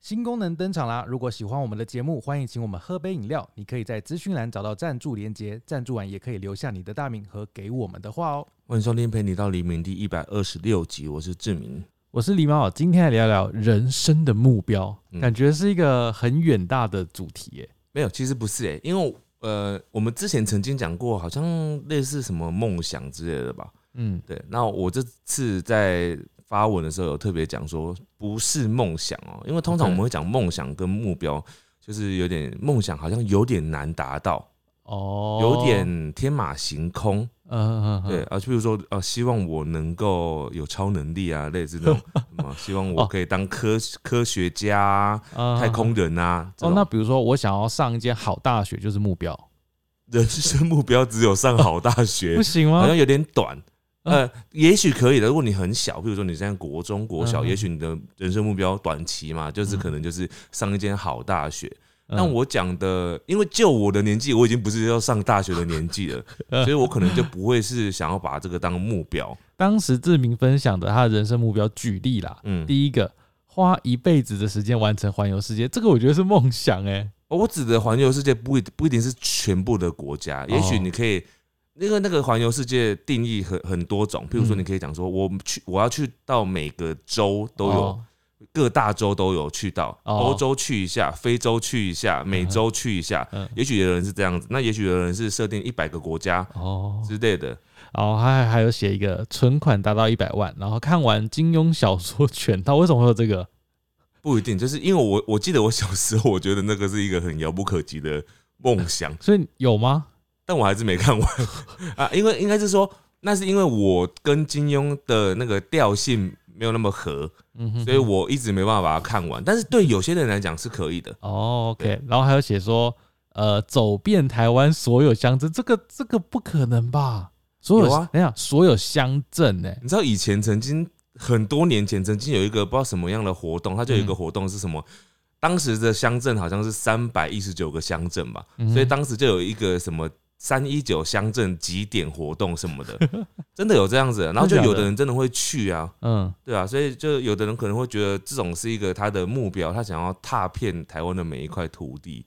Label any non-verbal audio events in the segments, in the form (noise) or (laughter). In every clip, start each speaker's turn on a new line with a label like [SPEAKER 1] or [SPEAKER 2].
[SPEAKER 1] 新功能登场啦！如果喜欢我们的节目，欢迎请我们喝杯饮料。你可以在资讯栏找到赞助连接，赞助完也可以留下你的大名和给我们的话哦。
[SPEAKER 2] 欢迎收听《陪你到黎明》第一百二十六集，我是志明。
[SPEAKER 1] 我是狸猫，今天来聊聊人生的目标，
[SPEAKER 2] 嗯
[SPEAKER 1] 感觉是一个很远大的主题耶。
[SPEAKER 2] 没有，其实不是诶、因为呃，我们之前曾经讲过，好像类似什么梦想之类的吧。
[SPEAKER 1] 嗯，
[SPEAKER 2] 对，那我这次在发文的时候有特别讲说，不是梦想哦、因为通常
[SPEAKER 1] OK
[SPEAKER 2] 我们会讲梦想跟目标，就是有点梦想好像有点难达到，
[SPEAKER 1] 哦，
[SPEAKER 2] 有点天马行空。
[SPEAKER 1] 嗯，嗯，嗯
[SPEAKER 2] 对
[SPEAKER 1] 嗯
[SPEAKER 2] 啊，就比如说啊，希望我能够有超能力啊，类似那 (laughs) 种什么，希望
[SPEAKER 1] 哦
[SPEAKER 2] 我可以当科、科学家啊、
[SPEAKER 1] 嗯
[SPEAKER 2] 太空人啊。这
[SPEAKER 1] 哦，
[SPEAKER 2] 种
[SPEAKER 1] 那比如说我想要上一间好大学，就是目标，
[SPEAKER 2] 人生目标只有上好大学
[SPEAKER 1] 哦不，行
[SPEAKER 2] 好
[SPEAKER 1] 吗嗯
[SPEAKER 2] 像？有点短。呃，也许可以的。如果你很小，比如说你现在国中、国小，
[SPEAKER 1] 嗯
[SPEAKER 2] 也许你的人生目标短期嘛，就是
[SPEAKER 1] 嗯
[SPEAKER 2] 可能就是上一间好大学。
[SPEAKER 1] 嗯
[SPEAKER 2] 但我讲的，因为就我的年纪，我已经不是要上大学的年纪了，
[SPEAKER 1] (laughs)
[SPEAKER 2] 所以我可能就不会是想要把这个当目标。
[SPEAKER 1] 当时志明分享的他的人生目标，举例啦，
[SPEAKER 2] 嗯，
[SPEAKER 1] 第一个花一辈子的时间完成环游世界，这个我觉得是梦想哎、
[SPEAKER 2] 哦我指的环游世界不一不一定是全部的国家，也
[SPEAKER 1] 哦
[SPEAKER 2] 许你可以，那个那个环游世界定义很很多种，譬如说
[SPEAKER 1] 嗯
[SPEAKER 2] 你可以讲说，我去我要去到每个州都有，
[SPEAKER 1] 哦
[SPEAKER 2] 各大洲都有去到，
[SPEAKER 1] 哦
[SPEAKER 2] 欧洲去一下，非洲去一下，美洲去一下
[SPEAKER 1] 嗯，
[SPEAKER 2] 也许有人是这样子，那也许有人是设定一百个国家
[SPEAKER 1] 哦，
[SPEAKER 2] 之类的，
[SPEAKER 1] 然后还还有写一个存款达到一百万，然后看完金庸小说全套，为什么会有这个？
[SPEAKER 2] 不一定，就是因为我我记得我小时候，我觉得那个是一个很遥不可及的梦想。
[SPEAKER 1] 所以有吗？
[SPEAKER 2] 但我还是没看完 (laughs) 啊，因为应该是说，那是因为我跟金庸的那个调性没有那么合，
[SPEAKER 1] 嗯哼，
[SPEAKER 2] 所以我一直没办法把它看完。但是对有些人来讲是可以的，
[SPEAKER 1] 哦，OK，然后还有写说，呃，走遍台湾所有乡镇，这个这个不可能吧？所
[SPEAKER 2] 有
[SPEAKER 1] 有
[SPEAKER 2] 啊
[SPEAKER 1] 等一下所有乡镇欸呢？
[SPEAKER 2] 你知道以前曾经很多年前曾经有一个不知道什么样的活动，它就有一
[SPEAKER 1] 嗯
[SPEAKER 2] 个活动是什么？当时的乡镇好像是三百一十九个乡镇吧，
[SPEAKER 1] 嗯哼
[SPEAKER 2] 所以当时就有一个什么三一九乡镇集点活动什么
[SPEAKER 1] (laughs)
[SPEAKER 2] 的，真的有这样子的。然后就
[SPEAKER 1] 真的假的
[SPEAKER 2] 有的人真的会去啊，
[SPEAKER 1] 嗯，
[SPEAKER 2] 对啊，所以就有的人可能会觉得这种是一个他的目标，他想要踏遍台湾的每一块土地。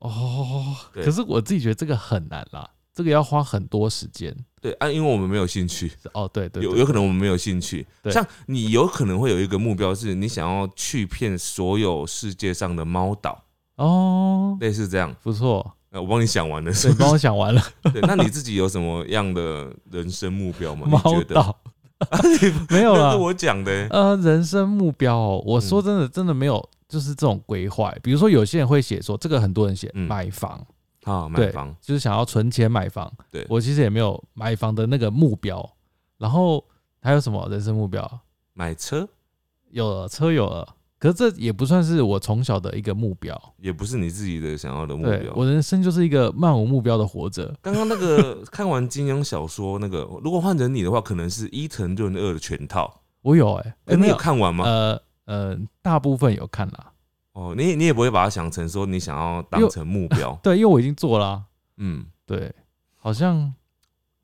[SPEAKER 1] 哦，
[SPEAKER 2] 对
[SPEAKER 1] 可是我自己觉得这个很难啦，这个要花很多时间。
[SPEAKER 2] 对啊，因为我们没有兴趣，
[SPEAKER 1] 是哦，对对
[SPEAKER 2] 有
[SPEAKER 1] 对
[SPEAKER 2] 有可能我们没有兴趣。
[SPEAKER 1] 对
[SPEAKER 2] 像你有可能会有一个目标，是你想要去遍所有世界上的猫岛，
[SPEAKER 1] 哦，
[SPEAKER 2] 类似这样。
[SPEAKER 1] 不
[SPEAKER 2] (laughs)
[SPEAKER 1] 错，
[SPEAKER 2] 呃我帮你想完了，是
[SPEAKER 1] 对，
[SPEAKER 2] 不
[SPEAKER 1] 帮我想完了，
[SPEAKER 2] 是？ (laughs) 对，那你自己有什么样的人生目标吗？你
[SPEAKER 1] 猫
[SPEAKER 2] 觉得？
[SPEAKER 1] 岛 (laughs) 啊没有
[SPEAKER 2] 那 (laughs)
[SPEAKER 1] 啦
[SPEAKER 2] 是。我讲的欸、
[SPEAKER 1] 呃，人生目标哦，
[SPEAKER 2] 嗯
[SPEAKER 1] 我说真的，真的没有，就是这种规划。比如说，有些人会写说，这个很多人写
[SPEAKER 2] 嗯
[SPEAKER 1] 买房，
[SPEAKER 2] 啊，买
[SPEAKER 1] 对
[SPEAKER 2] 房，
[SPEAKER 1] 就是想要存钱买房。
[SPEAKER 2] 对
[SPEAKER 1] 我其实也没有买房的那个目标。然后还有什么人生目标？
[SPEAKER 2] 买车，
[SPEAKER 1] 有了车，有了，可是这也不算是我从小的一个目标。
[SPEAKER 2] 也不是你自己的想要的目
[SPEAKER 1] 对
[SPEAKER 2] 标，。
[SPEAKER 1] 我人生就是一个漫无目标的活着。
[SPEAKER 2] 刚刚那个看完金庸小说那个，如果换成你的话，可能是伊藤润二的全套。
[SPEAKER 1] 我有哎、
[SPEAKER 2] 哎、
[SPEAKER 1] 欸，
[SPEAKER 2] 你
[SPEAKER 1] 没
[SPEAKER 2] 有
[SPEAKER 1] 有
[SPEAKER 2] 看完吗？
[SPEAKER 1] 呃呃，大部分有看啦。
[SPEAKER 2] 哦，你也你也不会把它想成说你想要当成目标
[SPEAKER 1] (laughs) 。对，因为我已经做啦、
[SPEAKER 2] 嗯，
[SPEAKER 1] 对，好像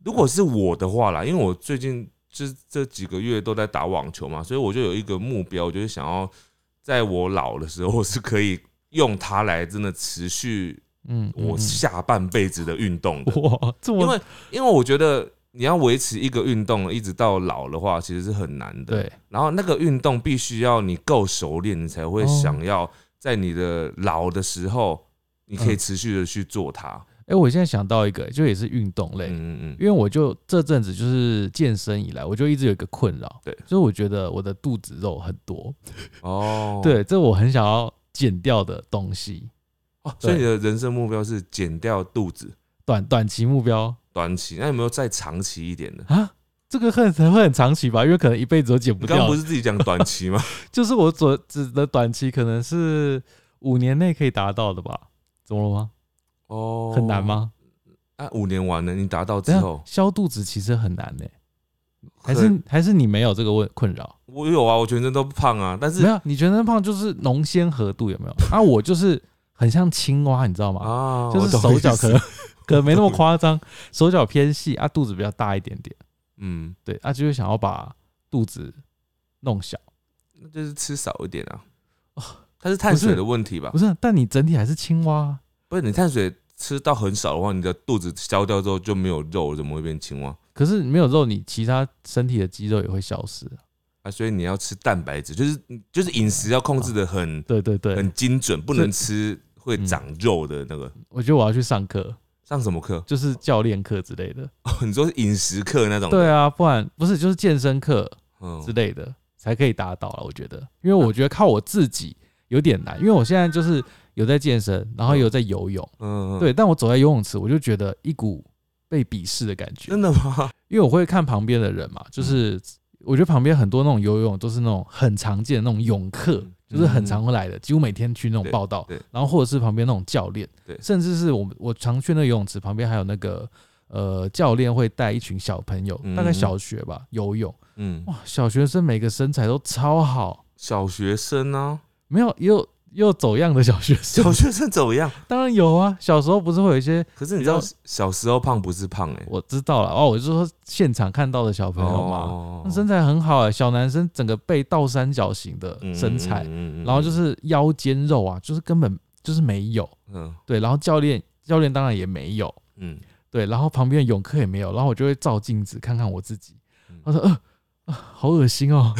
[SPEAKER 2] 如果是我的话啦，因为我最近这这几个月都在打网球嘛，所以我就有一个目标，就是想要在我老的时候，我是可以用它来真的持续
[SPEAKER 1] 嗯，嗯
[SPEAKER 2] 我下半辈子的
[SPEAKER 1] (laughs)
[SPEAKER 2] 运 (laughs) 动的。
[SPEAKER 1] 嗯哇，这
[SPEAKER 2] 因
[SPEAKER 1] 么
[SPEAKER 2] 为因为我觉得你要维持一个运动一直到老的话，其实是很难的。
[SPEAKER 1] 对
[SPEAKER 2] 然后那个运动必须要你够熟练，你才会
[SPEAKER 1] 哦
[SPEAKER 2] 想要在你的老的时候，你可以持续的去做它。
[SPEAKER 1] 哎、我现在想到一个，就也是运动类，
[SPEAKER 2] 嗯嗯
[SPEAKER 1] 因为我就这阵子就是健身以来，我就一直有一个困扰，
[SPEAKER 2] 对
[SPEAKER 1] 就是我觉得我的肚子肉很多，
[SPEAKER 2] 嗯，哦，
[SPEAKER 1] 对，这我很想要减掉的东西，
[SPEAKER 2] 哦，所以你的人生目标是减掉肚子，
[SPEAKER 1] 短短期目标
[SPEAKER 2] 短期。那有没有再长期一点的？
[SPEAKER 1] 啊，这个很会很长期吧，因为可能一辈子都减不
[SPEAKER 2] 你刚刚
[SPEAKER 1] 掉
[SPEAKER 2] 不，是自己讲短
[SPEAKER 1] (laughs)
[SPEAKER 2] 期吗？
[SPEAKER 1] 就是我所指的短期可能是五年内可以达到的吧。怎么了吗？
[SPEAKER 2] 哦，
[SPEAKER 1] 很难？吗？
[SPEAKER 2] 啊，五年完了，你达到之
[SPEAKER 1] 等一
[SPEAKER 2] 后
[SPEAKER 1] 下，消肚子其实很难呢、还
[SPEAKER 2] 可
[SPEAKER 1] 是还是你没有这个问困扰？
[SPEAKER 2] 我有啊，我全身都胖啊，但
[SPEAKER 1] 没
[SPEAKER 2] 是
[SPEAKER 1] 有，你全身胖就是浓鲜合度有没有？ (laughs) 啊，我就是很像青蛙，你知道吗？
[SPEAKER 2] 啊，
[SPEAKER 1] 就
[SPEAKER 2] 我
[SPEAKER 1] 是
[SPEAKER 2] 懂
[SPEAKER 1] 手
[SPEAKER 2] 意
[SPEAKER 1] 脚
[SPEAKER 2] 思
[SPEAKER 1] 可能 (laughs) 可能没那么
[SPEAKER 2] 我懂
[SPEAKER 1] 夸张，手脚偏细啊，肚子比较大一点点，
[SPEAKER 2] 嗯，
[SPEAKER 1] 对，啊，就是想要把肚子弄小。
[SPEAKER 2] 那就是吃少一点啊。它是碳
[SPEAKER 1] 哦不
[SPEAKER 2] 水
[SPEAKER 1] 是
[SPEAKER 2] 的问题吧
[SPEAKER 1] 不？是，啊但你整体还是青蛙啊。
[SPEAKER 2] 不是你碳水吃到很少的话，你的肚子消掉之后就没有肉了，怎么会变青蛙
[SPEAKER 1] 可是没有肉，你其他身体的肌肉也会消失啊。
[SPEAKER 2] 啊？所以你要吃蛋白质，就是就是饮食要控制的很
[SPEAKER 1] 对对对
[SPEAKER 2] 很，精准，不能吃会
[SPEAKER 1] 嗯
[SPEAKER 2] 长肉的那个。
[SPEAKER 1] 我觉得我要去上课，
[SPEAKER 2] 上什么课？ (laughs)
[SPEAKER 1] 就是教练课之类的。
[SPEAKER 2] 你说是饮食课那种？
[SPEAKER 1] 对，啊，不然不是就是健身课之
[SPEAKER 2] 嗯，
[SPEAKER 1] 类的才可以达到了。我觉得，因为我觉得靠我自己有点难，因为我现在就是有在健身，然后也有在游泳，
[SPEAKER 2] 嗯，嗯，
[SPEAKER 1] 对，但我走在游泳池，我就觉得一股被鄙视的感觉，
[SPEAKER 2] 真的吗？
[SPEAKER 1] 因为我会看旁边的人嘛，
[SPEAKER 2] 嗯
[SPEAKER 1] 就是我觉得旁边很多那种游泳都是那种很常见的那种泳客
[SPEAKER 2] 嗯，
[SPEAKER 1] (laughs) 就是很常会来的，几乎每天去那种
[SPEAKER 2] 对
[SPEAKER 1] 报道
[SPEAKER 2] 对，
[SPEAKER 1] 然后或者是旁边那种教练
[SPEAKER 2] 对，
[SPEAKER 1] 甚至是我们我常去那个游泳池旁边还有那个呃教练会带一群小朋友，大概
[SPEAKER 2] 嗯
[SPEAKER 1] 小学吧游泳，
[SPEAKER 2] 嗯，
[SPEAKER 1] 哇，小学生每个身材都超好，
[SPEAKER 2] 小学
[SPEAKER 1] (laughs)
[SPEAKER 2] 生啊，
[SPEAKER 1] 没有也有也有走样的小学生
[SPEAKER 2] 小，学生怎么样？
[SPEAKER 1] 当然有啊，小时候不是会有一些
[SPEAKER 2] 可是你知道
[SPEAKER 1] 比较，
[SPEAKER 2] 小时候胖不是胖哎、欸，
[SPEAKER 1] 我知道了哦，我就说现场看到的小朋友
[SPEAKER 2] 哦
[SPEAKER 1] 嘛。那身材很好哎、小男生整个背倒三角形的身材，
[SPEAKER 2] 嗯
[SPEAKER 1] 然后就是腰间肉啊，就是根本就是没有。
[SPEAKER 2] 嗯
[SPEAKER 1] 对，然后教练教练当然也没有，
[SPEAKER 2] 嗯，
[SPEAKER 1] 对，然后旁边的泳客也没有，然后我就会照镜子看看我自己
[SPEAKER 2] 嗯，
[SPEAKER 1] 我说呃啊好恶心哦，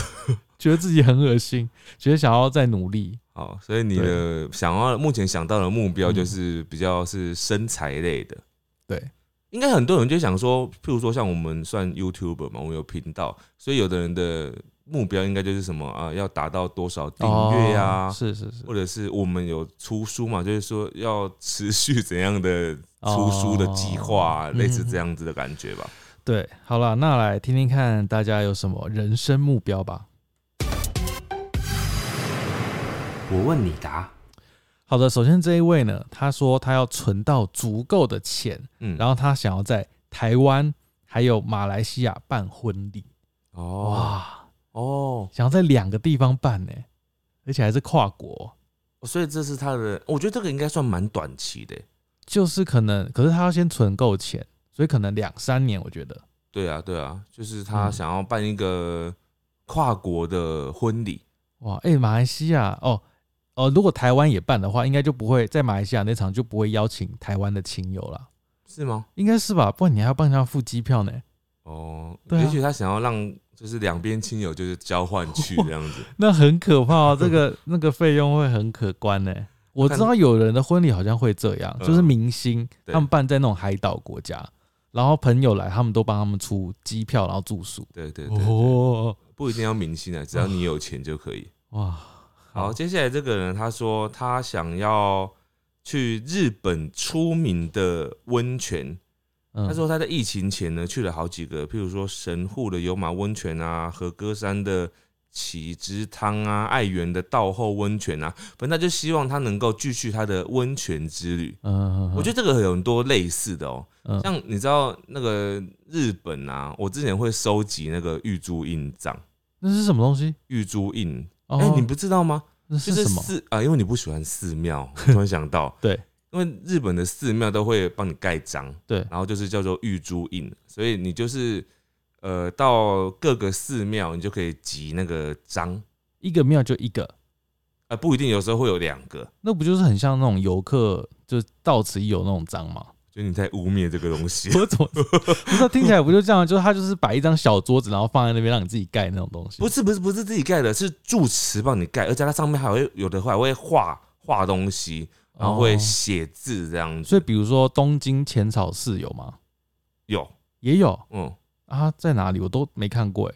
[SPEAKER 1] 觉得自己很恶心，觉得想要再努力。
[SPEAKER 2] 好，所以你的想要目前想到的目标就是比较是身材类的，
[SPEAKER 1] 嗯对，
[SPEAKER 2] 应该很多人就想说，譬如说像我们算 YouTuber 嘛，我们有频道，所以有的人的目标应该就是什么啊、要达到多少订阅啊
[SPEAKER 1] 哦，是是是，
[SPEAKER 2] 或者是我们有出书嘛，就是说要持续怎样的出书的计划、啊，
[SPEAKER 1] 哦
[SPEAKER 2] 类似
[SPEAKER 1] 嗯
[SPEAKER 2] 这样子的感觉吧。
[SPEAKER 1] 对，好了，那来听听看大家有什么人生目标吧。
[SPEAKER 3] 我问你答，
[SPEAKER 1] 好的，首先这一位呢，他说他要存到足够的钱，
[SPEAKER 2] 嗯，
[SPEAKER 1] 然后他想要在台湾还有马来西亚办婚礼，
[SPEAKER 2] 哦
[SPEAKER 1] 哇，
[SPEAKER 2] 哦，
[SPEAKER 1] 想要在两个地方办呢，而且还是跨国，
[SPEAKER 2] 所以这是他的，我觉得这个应该算蛮短期的欸。
[SPEAKER 1] 就是可能，可是他要先存够钱，所以可能两三年，我觉得，
[SPEAKER 2] 对啊，对啊，就是他
[SPEAKER 1] 嗯
[SPEAKER 2] 想要办一个跨国的婚礼，
[SPEAKER 1] 哇，哎、马来西亚哦。哦，如果台湾也办的话，应该就不会在马来西亚那场就不会邀请台湾的亲友了，
[SPEAKER 2] 是吗？
[SPEAKER 1] 应该是吧？不然你还要帮人家付机票呢，
[SPEAKER 2] 哦，
[SPEAKER 1] 对啊
[SPEAKER 2] 也许他想要让就是两边亲友就是交换去这样子。
[SPEAKER 1] 那很可怕哦。这个那个费用会很可观呢。我知道有人的婚礼好像会这样，
[SPEAKER 2] 嗯
[SPEAKER 1] 就是明星、
[SPEAKER 2] 对
[SPEAKER 1] 他们办在那种海岛国家，然后朋友来，他们都帮他们出机票，然后住宿。
[SPEAKER 2] 对对对对，
[SPEAKER 1] 哦，
[SPEAKER 2] 不一定要明星啊，只要你有钱就可以。
[SPEAKER 1] 哇，
[SPEAKER 2] 好，接下来这个人他说他想要去日本出名的温泉，
[SPEAKER 1] 嗯
[SPEAKER 2] 他说他在疫情前呢去了好几个，譬如说神户的有马温泉啊，和歌山的启之汤啊，爱媛的道后温泉啊，反正他就希望他能够继续他的温泉之旅。
[SPEAKER 1] 嗯，
[SPEAKER 2] 我觉得这个有很多类似的哦、
[SPEAKER 1] 得
[SPEAKER 2] 像你知道那个日本啊，我之前会收集那个玉珠印章，
[SPEAKER 1] 那是什么东西？
[SPEAKER 2] 玉珠印，
[SPEAKER 1] 哦，
[SPEAKER 2] 哎、你不知道吗？
[SPEAKER 1] 那
[SPEAKER 2] 就是是
[SPEAKER 1] 什么？，
[SPEAKER 2] 寺啊、因为你不喜欢寺庙，我突然想到
[SPEAKER 1] (laughs) 对，
[SPEAKER 2] 因为日本的寺庙都会帮你盖章，
[SPEAKER 1] 对
[SPEAKER 2] 然后就是叫做玉珠印，所以你就是呃到各个寺庙，你就可以集那个章，啊、
[SPEAKER 1] 一个庙就一个，
[SPEAKER 2] 不一定，有时候会有两个，
[SPEAKER 1] 那不就是很像那种游客就是到此一游那种章吗？ (laughs)，
[SPEAKER 2] 就你在污蔑这个东西
[SPEAKER 1] 我怎么不是听起来不就这样？就是他就是摆一张小桌子，然后放在那边让你自己盖那种东西。
[SPEAKER 2] (laughs) 不是不是不是自己盖的，是住持帮你盖，而且它上面还会有的话还会画画东西，然后会
[SPEAKER 1] 哦
[SPEAKER 2] 写字这样子，
[SPEAKER 1] 所以比如说东京浅草寺有吗？
[SPEAKER 2] 有，
[SPEAKER 1] 也有
[SPEAKER 2] 嗯。
[SPEAKER 1] 啊，在哪里我都没看过哎。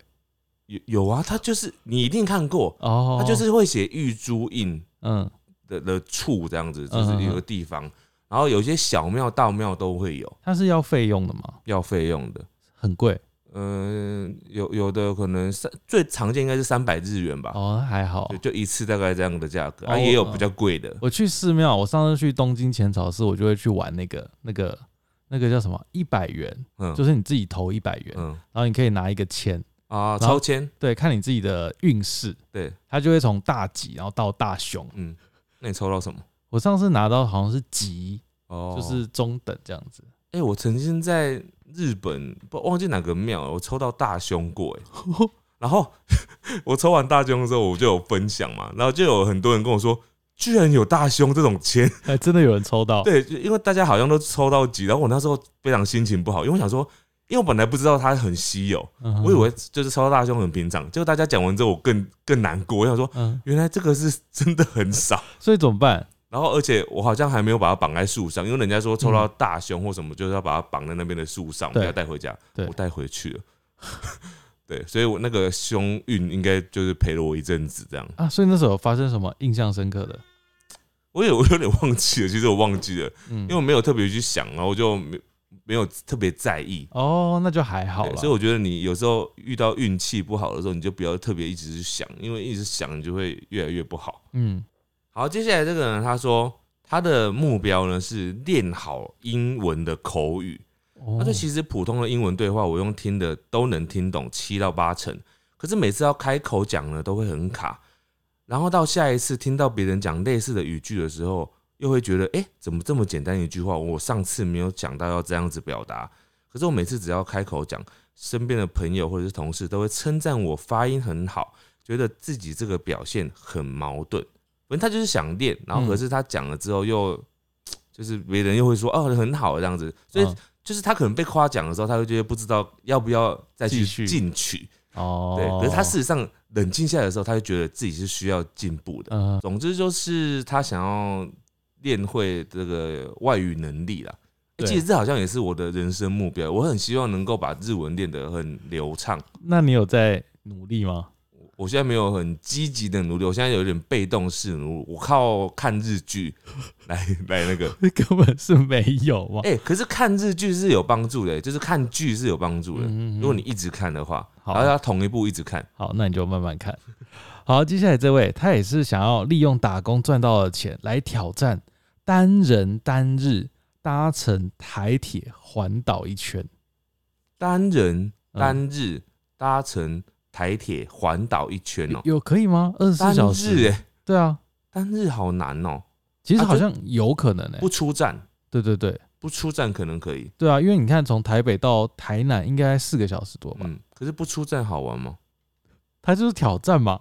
[SPEAKER 2] 有有啊，它就是你一定看过，
[SPEAKER 1] 哦，
[SPEAKER 2] 它就是会写玉珠印，
[SPEAKER 1] 嗯
[SPEAKER 2] 的的处这样子，就
[SPEAKER 1] 嗯
[SPEAKER 2] 是
[SPEAKER 1] 嗯
[SPEAKER 2] 有个地方。然后有些小庙、大庙都会有，
[SPEAKER 1] 它是要费用的嘛，
[SPEAKER 2] 要费用的。
[SPEAKER 1] 很贵
[SPEAKER 2] 嗯、有有的可能三最常见应该是三百日元吧，
[SPEAKER 1] 哦，那还好
[SPEAKER 2] 对，。就一次大概这样的价格。
[SPEAKER 1] 哦
[SPEAKER 2] 啊，也有比较贵的，
[SPEAKER 1] 我去寺庙，我上次去东京浅草寺，我就会去玩那个那个那个叫什么一百元，
[SPEAKER 2] 嗯，
[SPEAKER 1] 就是你自己投一百元，
[SPEAKER 2] 嗯
[SPEAKER 1] 然后你可以拿一个签，
[SPEAKER 2] 啊，
[SPEAKER 1] 然后
[SPEAKER 2] 抽签，
[SPEAKER 1] 对，看你自己的运势，
[SPEAKER 2] 对，
[SPEAKER 1] 它就会从大吉然后到大凶。
[SPEAKER 2] 嗯，那你抽到什么？
[SPEAKER 1] 我上次拿到好像是吉，
[SPEAKER 2] 哦
[SPEAKER 1] 就是中等这样子。
[SPEAKER 2] 哎、我曾经在日本不忘记哪个庙了，我抽到大胸过哎、 (laughs) 然后我抽完大胸之后，我就有分享嘛，然后就有很多人跟我说：“居然有大胸这种签，
[SPEAKER 1] 哎，真的有人抽到，
[SPEAKER 2] 对，就因为大家好像都抽到几，然后我那时候非常心情不好，因为我想说，因为我本来不知道它很稀有，
[SPEAKER 1] 嗯哼
[SPEAKER 2] 我以为就是抽到大胸很平常，结果大家讲完之后，我更更难过，我想说，
[SPEAKER 1] 嗯，
[SPEAKER 2] 原来这个是 (laughs) 真的很少。
[SPEAKER 1] 所以怎么办？
[SPEAKER 2] 然后，而且我好像还没有把它绑在树上，因为人家说抽到大胸或什么，就是要把它绑在那边的树上，
[SPEAKER 1] 嗯
[SPEAKER 2] 不
[SPEAKER 1] 对
[SPEAKER 2] 要带回家。
[SPEAKER 1] 对
[SPEAKER 2] 我带回去了。 (laughs) 对，所以我那个胸运应该就是陪了我一阵子这样。
[SPEAKER 1] 啊，所以那时候有发生什么印象深刻的？
[SPEAKER 2] 我有我有点忘记了，其实我忘记了，
[SPEAKER 1] 嗯，
[SPEAKER 2] 因为我没有特别去想，然后我就没没有特别在意。
[SPEAKER 1] 哦，那就还好
[SPEAKER 2] 对
[SPEAKER 1] 了。
[SPEAKER 2] 所以我觉得你有时候遇到运气不好的时候，你就不要特别一直去想，因为一直想你就会越来越不好。
[SPEAKER 1] 嗯，
[SPEAKER 2] 好，接下来这个人他说他的目标呢是练好英文的口语。
[SPEAKER 1] 哦
[SPEAKER 2] 他说其实普通的英文对话我用听的都能听懂七到八成，可是每次要开口讲呢都会很卡，然后到下一次听到别人讲类似的语句的时候，又会觉得诶，怎么这么简单一句话，我上次没有讲到要这样子表达，可是我每次只要开口讲，身边的朋友或者是同事都会称赞我发音很好，觉得自己这个表现很矛盾。反正他就是想练，然后可是他讲了之后又，就是别人又会说哦很好这样子，所以
[SPEAKER 1] 嗯
[SPEAKER 2] 就是他可能被夸奖的时候，他会觉得不知道要不要再
[SPEAKER 1] 继
[SPEAKER 2] 去
[SPEAKER 1] 续
[SPEAKER 2] 进取，
[SPEAKER 1] 哦，
[SPEAKER 2] 对。可是他事实上冷静下来的时候，他就觉得自己是需要进步的。
[SPEAKER 1] 嗯
[SPEAKER 2] 总之就是他想要练会这个外语能力啦。欸
[SPEAKER 1] 对
[SPEAKER 2] 其实这好像也是我的人生目标，我很希望能够把日文练得很流畅。
[SPEAKER 1] 那你有在努力吗？ (laughs)
[SPEAKER 2] 我现在没有很积极的努力，我现在有点被动式努力，我靠看日剧 (laughs) 来来
[SPEAKER 1] (laughs)
[SPEAKER 2] 那个。
[SPEAKER 1] 根本是没有啊嘛。
[SPEAKER 2] 哎、可是看日剧是有帮助的、就是看剧是有帮助的。
[SPEAKER 1] 嗯嗯嗯
[SPEAKER 2] 如果你一直看的话，
[SPEAKER 1] 好
[SPEAKER 2] 然后要同一部一直看，
[SPEAKER 1] 好，那你就慢慢看。好，接下来这位，他也是想要利用打工赚到的钱来挑战单人单日搭乘台铁环岛一圈。
[SPEAKER 2] 单人
[SPEAKER 1] 嗯
[SPEAKER 2] 单日搭乘台铁环岛一圈哦、
[SPEAKER 1] 有可以吗？二十
[SPEAKER 2] 单
[SPEAKER 1] 四小
[SPEAKER 2] 日哎、
[SPEAKER 1] 时？对啊，
[SPEAKER 2] 单日好难哦、
[SPEAKER 1] 其实
[SPEAKER 2] 啊
[SPEAKER 1] 好
[SPEAKER 2] 这
[SPEAKER 1] 像有可能诶、
[SPEAKER 2] 不出站，
[SPEAKER 1] 对对对
[SPEAKER 2] 不出站可能可以，
[SPEAKER 1] 对啊，因为你看从台北到台南应该四个小时多吧？
[SPEAKER 2] 嗯，可是不出站好玩吗？
[SPEAKER 1] 他就是挑战嘛。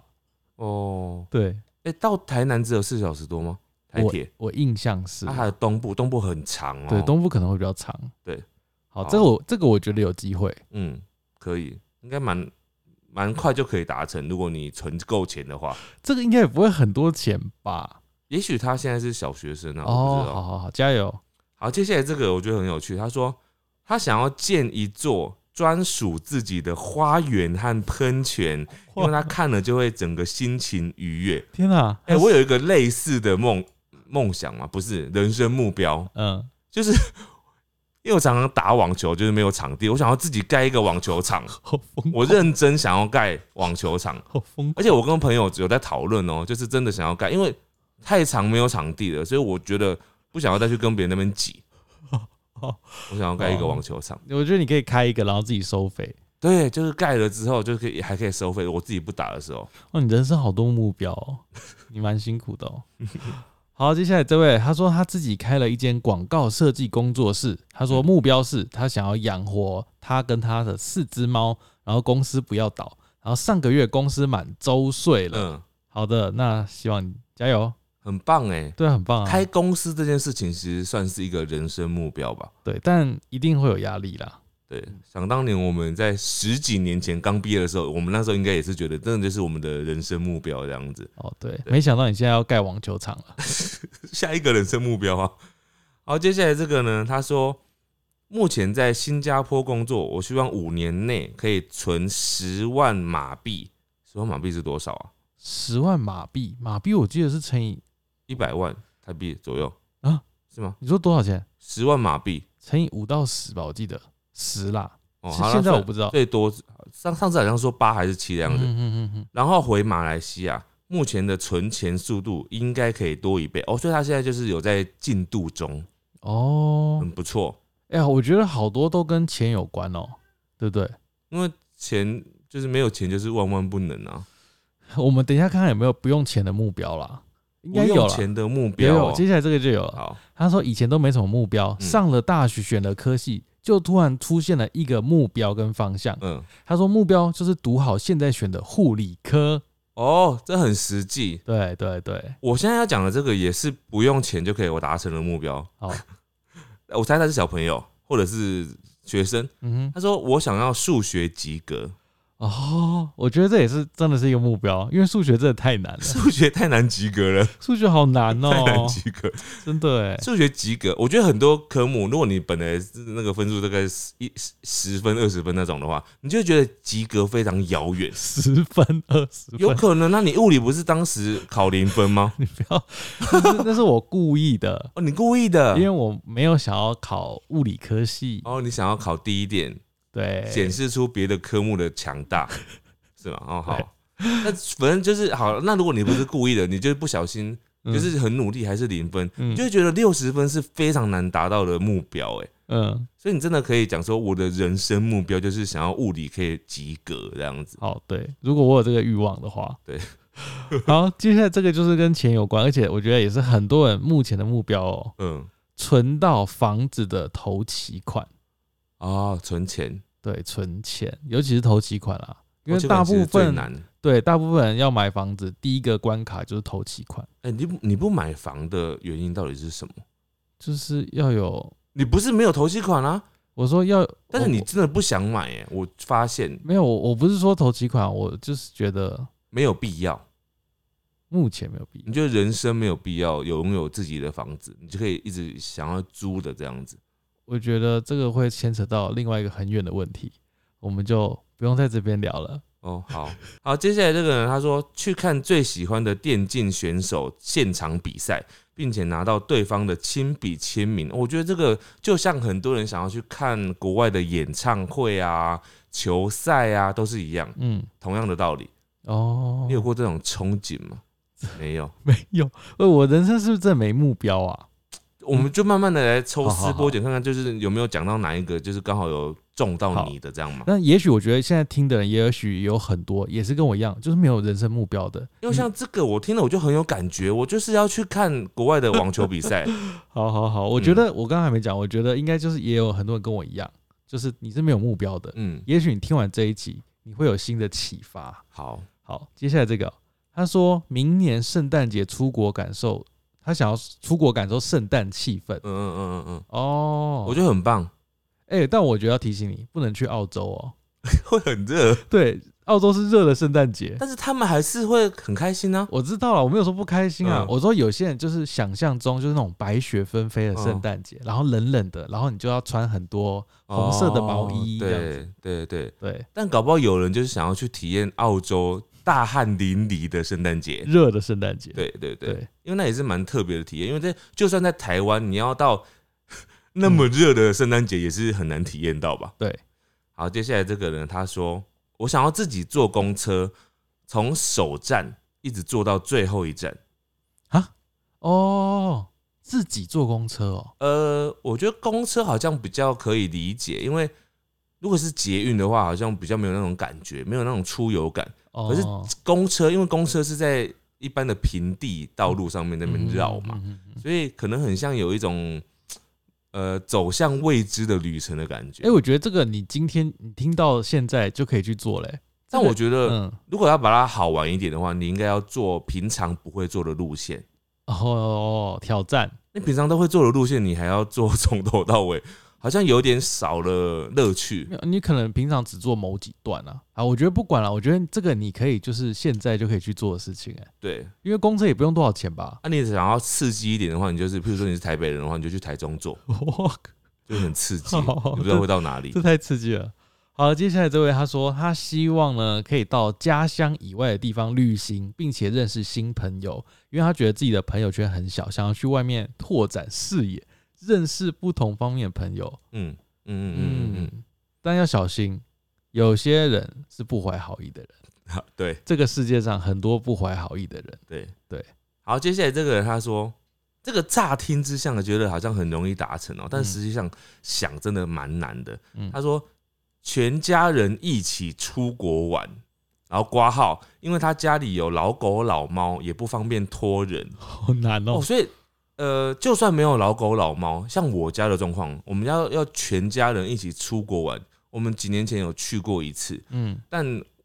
[SPEAKER 2] 哦，
[SPEAKER 1] 对，
[SPEAKER 2] 哎、到台南只有四小时多吗？台
[SPEAKER 1] 我
[SPEAKER 2] 铁，啊
[SPEAKER 1] 我印象是，啊
[SPEAKER 2] 它还有东部，东部很长哦、
[SPEAKER 1] 对，东部可能会比较长。
[SPEAKER 2] 对，哦
[SPEAKER 1] 好，
[SPEAKER 2] 好
[SPEAKER 1] 这个我这个我觉得有机会。
[SPEAKER 2] 嗯，可以，应该蛮蛮快就可以达成，如果你存够钱的话。
[SPEAKER 1] 这个应该也不会很多钱吧？
[SPEAKER 2] 也许他现在是小学生啊，我不
[SPEAKER 1] 哦，
[SPEAKER 2] 知道。
[SPEAKER 1] 好好好，加油！
[SPEAKER 2] 好，接下来这个我觉得很有趣。他说他想要建一座专属自己的花园和喷泉，因为他看了就会整个心情愉悦。
[SPEAKER 1] 天哪！
[SPEAKER 2] 哎、我有一个类似的梦梦想嘛，不是人生目标，
[SPEAKER 1] 嗯，
[SPEAKER 2] 就是因为我常常打网球，就是没有场地，我想要自己盖一个网球场。
[SPEAKER 1] 好疯，
[SPEAKER 2] 我认真想要盖网球场，
[SPEAKER 1] 好疯
[SPEAKER 2] 而且我跟朋友有在讨论哦，就是真的想要盖，因为太长没有场地了，所以我觉得不想要再去跟别人那边挤。
[SPEAKER 1] 哦
[SPEAKER 2] 我想要盖一个网球场，
[SPEAKER 1] 我觉得你可以开一个，然后自己收费。
[SPEAKER 2] 对，就是盖了之后就可以还可以收费。我自己不打的时候，
[SPEAKER 1] 哦，你人生好多目标 (laughs) 哦，你蛮辛苦的哦。好，接下来这位，他说他自己开了一间广告设计工作室，他说目标是他想要养活他跟他的四只猫，然后公司不要倒，然后上个月公司满周岁了。
[SPEAKER 2] 嗯，
[SPEAKER 1] 好的，那希望你加油，
[SPEAKER 2] 很棒哎。
[SPEAKER 1] 对，很棒啊，
[SPEAKER 2] 开公司这件事情其实算是一个人生目标吧。
[SPEAKER 1] 对，但一定会有压力啦。
[SPEAKER 2] 对，想当年我们在十几年前刚毕业的时候，我们那时候应该也是觉得，真的就是我们的人生目标这样子。
[SPEAKER 1] 哦，对，没想到你现在要盖网球场了，
[SPEAKER 2] 下一个人生目标啊。好，接下来这个呢，他说目前在新加坡工作，我希望五年内可以存十万马币。十万马币是多少啊？
[SPEAKER 1] 十万马币，马币我记得是乘以
[SPEAKER 2] 一百万台币左右
[SPEAKER 1] 啊？
[SPEAKER 2] 是吗？
[SPEAKER 1] 你说多少钱？
[SPEAKER 2] 十万马币
[SPEAKER 1] 乘以五到十吧，我记得十啦。
[SPEAKER 2] 哦，
[SPEAKER 1] 是
[SPEAKER 2] 好
[SPEAKER 1] 现在
[SPEAKER 2] 那
[SPEAKER 1] 我不知道
[SPEAKER 2] 最多上上次好像说八还是七这
[SPEAKER 1] 这
[SPEAKER 2] 样子。
[SPEAKER 1] 嗯嗯嗯
[SPEAKER 2] 然后回马来西亚，目前的存钱速度应该可以多一倍哦，所以他现在就是有在进度中，
[SPEAKER 1] 哦
[SPEAKER 2] 很，不错。
[SPEAKER 1] 哎呀，我觉得好多都跟钱有关哦，对不对？ (laughs)
[SPEAKER 2] 因为钱就是没有钱就是万万不能啊。
[SPEAKER 1] 我们等一下看看有没有不用钱的目标啦，应该
[SPEAKER 2] 不
[SPEAKER 1] 有
[SPEAKER 2] 用
[SPEAKER 1] 啦。
[SPEAKER 2] 钱的目
[SPEAKER 1] 有
[SPEAKER 2] 标、
[SPEAKER 1] 有，
[SPEAKER 2] 哦。
[SPEAKER 1] 接下来这个就有了。
[SPEAKER 2] 好，
[SPEAKER 1] 他说以前都没什么目标，
[SPEAKER 2] 嗯
[SPEAKER 1] 上了大学选了科系，就突然出现了一个目标跟方向。
[SPEAKER 2] 嗯，
[SPEAKER 1] 他说目标就是读好现在选的护理科。
[SPEAKER 2] 哦，这很实际。
[SPEAKER 1] 对对对，
[SPEAKER 2] 我现在要讲的这个也是不用钱就可以我达成的目标。 (laughs) 呃
[SPEAKER 1] 好，
[SPEAKER 2] 我猜他是小朋友或者是学生。
[SPEAKER 1] 嗯哼，
[SPEAKER 2] 他说我想要数学及格， (laughs)
[SPEAKER 1] 哦，我觉得这也是真的是一个目标，因为数学真的太难了，
[SPEAKER 2] 数学太难及格了，
[SPEAKER 1] 数学好难
[SPEAKER 2] (laughs) 太难
[SPEAKER 1] 哦，
[SPEAKER 2] 及格。
[SPEAKER 1] 真的
[SPEAKER 2] (laughs)
[SPEAKER 1] 哎，
[SPEAKER 2] 数学及格，我觉得很多科目，如果你本来是那个分数大概十一十十分、二十分那种的话，你就会觉得及格非常遥远。
[SPEAKER 1] 十分二十
[SPEAKER 2] 有
[SPEAKER 1] 分，
[SPEAKER 2] 可能，啊那你物理不是当时考零
[SPEAKER 1] (laughs)
[SPEAKER 2] 分吗？
[SPEAKER 1] 你不要，那是那是我故意
[SPEAKER 2] (laughs)
[SPEAKER 1] 的，
[SPEAKER 2] 哦，你故意的
[SPEAKER 1] 因。为我没有想要考物理科系，
[SPEAKER 2] 哦，你想要考低一点，
[SPEAKER 1] 对，
[SPEAKER 2] 显示出别的科目的强
[SPEAKER 1] (laughs)
[SPEAKER 2] 大，是吗？哦，好，那反正就是好。那如果你不是故意的，你就不小心，
[SPEAKER 1] 嗯
[SPEAKER 2] 就是很努力还是零分，
[SPEAKER 1] 嗯
[SPEAKER 2] 你就会觉得六十分是非常难达到的目标，哎。
[SPEAKER 1] 嗯，
[SPEAKER 2] 所以你真的可以讲说，我的人生目标就是想要物理可以及格这样子。
[SPEAKER 1] 好，对，如果我有这个欲望的话，
[SPEAKER 2] 对。
[SPEAKER 1] 好，接下来这个就是跟钱有关，而且我觉得也是很多人目前的目标哦，
[SPEAKER 2] 嗯，
[SPEAKER 1] 存到房子的头期款，
[SPEAKER 2] 啊，
[SPEAKER 1] 哦
[SPEAKER 2] 存钱，
[SPEAKER 1] 对，存钱，尤其是头期款啦，因为
[SPEAKER 2] 哦这个
[SPEAKER 1] 大
[SPEAKER 2] 其实
[SPEAKER 1] 部
[SPEAKER 2] 最
[SPEAKER 1] 分
[SPEAKER 2] 难。
[SPEAKER 1] 对大部分人要买房子，第一个关卡就是头期款，
[SPEAKER 2] 哎、你不你不买房的原因到底是什么？
[SPEAKER 1] 就是要有，
[SPEAKER 2] 你不是没有投期款啊，
[SPEAKER 1] 我说要，
[SPEAKER 2] 但是
[SPEAKER 1] 我
[SPEAKER 2] 你真的不想买、哎，我发现
[SPEAKER 1] 没有，我我不是说头期款，啊我就是觉得
[SPEAKER 2] 没有必要。
[SPEAKER 1] 目前没有必
[SPEAKER 2] 你
[SPEAKER 1] 要，
[SPEAKER 2] 觉得人生没有必要拥有自己的房子，你就可以一直想要租的这样子。
[SPEAKER 1] 我觉得这个会牵扯到另外一个很远的问题，我们就不用在这边聊了。
[SPEAKER 2] 哦，好好，接下来这个人他说去看最喜欢的电竞选手现场比赛，并且拿到对方的亲笔签名。我觉得这个就像很多人想要去看国外的演唱会啊、球赛啊，都是一样，
[SPEAKER 1] 嗯，
[SPEAKER 2] 同样的道理。
[SPEAKER 1] 哦，
[SPEAKER 2] 你有过这种憧憬吗？没有，
[SPEAKER 1] 没有？呃，我人生是不是真的没目标啊？
[SPEAKER 2] 我们就慢慢的来抽
[SPEAKER 1] 好好
[SPEAKER 2] 丝剥茧，看看就是有没有讲到哪一个，就是刚好有中到
[SPEAKER 1] 好
[SPEAKER 2] 你的这样嘛。
[SPEAKER 1] 那也许我觉得现在听的人，也许有很多也是跟我一样，就是没有人生目标的。
[SPEAKER 2] 因为像这个，我听了我就很有感觉，我就是要去看国外的网球
[SPEAKER 1] (laughs)
[SPEAKER 2] 比赛。
[SPEAKER 1] 好好
[SPEAKER 2] 嗯
[SPEAKER 1] 好，我觉得我刚刚还没讲，我觉得应该就是也有很多人跟我一样，就是你是没有目标的。
[SPEAKER 2] 嗯，
[SPEAKER 1] 也许你听完这一集，你会有新的启发。
[SPEAKER 2] 好，
[SPEAKER 1] 好，接下来这个，他说明年圣诞节出国感受，他想要出国感受圣诞气氛
[SPEAKER 2] 嗯。嗯嗯嗯嗯，
[SPEAKER 1] 哦，
[SPEAKER 2] 我
[SPEAKER 1] 觉
[SPEAKER 2] 觉得很棒，
[SPEAKER 1] 得，哎、但我觉得要提醒你，不能去澳洲哦。
[SPEAKER 2] 会很热，
[SPEAKER 1] 对，澳洲是热的圣诞节，
[SPEAKER 2] 但是他们还是会很开心啊。
[SPEAKER 1] 我知道了，我没有说不开心啊。
[SPEAKER 2] 嗯
[SPEAKER 1] 我说有些人就是想象中就是那种白雪纷飞的圣诞
[SPEAKER 2] 嗯
[SPEAKER 1] 节，然后冷冷的，然后你就要穿很多红色的毛衣
[SPEAKER 2] 哦
[SPEAKER 1] 这样子。
[SPEAKER 2] 对对对，
[SPEAKER 1] 对，
[SPEAKER 2] 但搞不好有人就是想要去体验澳洲大汗淋漓的圣诞节。
[SPEAKER 1] 热的圣诞节。
[SPEAKER 2] 对对对，
[SPEAKER 1] 对
[SPEAKER 2] 因为那也是蛮特别的体验，因为在就算在台湾，你要到 (laughs) 那么热的圣诞节也是很难体验到吧？
[SPEAKER 1] 对。
[SPEAKER 2] 好，接下来这个人他说：“我想要自己坐公车，从首站一直坐到最后一站。
[SPEAKER 1] 哦，自己坐公车哦。”
[SPEAKER 2] 呃，我觉得公车好像比较可以理解，因为如果是捷运的话，好像比较没有那种感觉，没有那种出游感。
[SPEAKER 1] 哦，
[SPEAKER 2] 可是公车因为公车是在一般的平地道路上面那边绕嘛，
[SPEAKER 1] 嗯。嗯嗯嗯
[SPEAKER 2] 所以可能很像有一种呃走向未知的旅程的感觉。
[SPEAKER 1] 哎、我觉得这个你今天你听到现在就可以去做嘞、
[SPEAKER 2] 但我觉得
[SPEAKER 1] 嗯，
[SPEAKER 2] 如果要把它好玩一点的话，你应该要做平常不会做的路线。
[SPEAKER 1] 哦，挑战。
[SPEAKER 2] 你平常都会做的路线，你还要做从头到尾， (laughs) 好像有点少了乐趣
[SPEAKER 1] 没。有你可能平常只做某几段啊。啊，我觉得不管了，我觉得这个你可以就是现在就可以去做的事情、哎，
[SPEAKER 2] 对，
[SPEAKER 1] 因为公车也不用多少钱吧？
[SPEAKER 2] (laughs) 那、你想要刺激一点的话，你就是，譬如说你是台北人的话，你就去台中做，
[SPEAKER 1] 哇，
[SPEAKER 2] 就很刺
[SPEAKER 1] (laughs)
[SPEAKER 2] 激，
[SPEAKER 1] 好
[SPEAKER 2] 你不知道会到哪里
[SPEAKER 1] 这。太刺激了。好，接下来这位他说，他希望呢可以到家乡以外的地方旅行，并且认识新朋友，因为他觉得自己的朋友圈很小，想要去外面拓展视野，认识不同方面的朋友。
[SPEAKER 2] 嗯嗯嗯嗯嗯
[SPEAKER 1] 嗯，但要小心，有些人是不怀好意的人。
[SPEAKER 2] 嗯，好，对。
[SPEAKER 1] 这个世界上很多不怀好意的人，
[SPEAKER 2] 对
[SPEAKER 1] 对。
[SPEAKER 2] 好，接下来这个人他说，这个乍听之下觉得好像很容易达成哦、但
[SPEAKER 1] 嗯
[SPEAKER 2] 实际上想真的蛮难的。
[SPEAKER 1] 嗯
[SPEAKER 2] 他说，全家人一起出国玩，然后挂号，因为他家里有老狗老猫，也不方便托人
[SPEAKER 1] 好难
[SPEAKER 2] 哦，所以。呃，就算没有老狗老猫，像我家的状况，我们要要全家人一起出国玩。我们几年前有去过一次，
[SPEAKER 1] 嗯
[SPEAKER 2] 但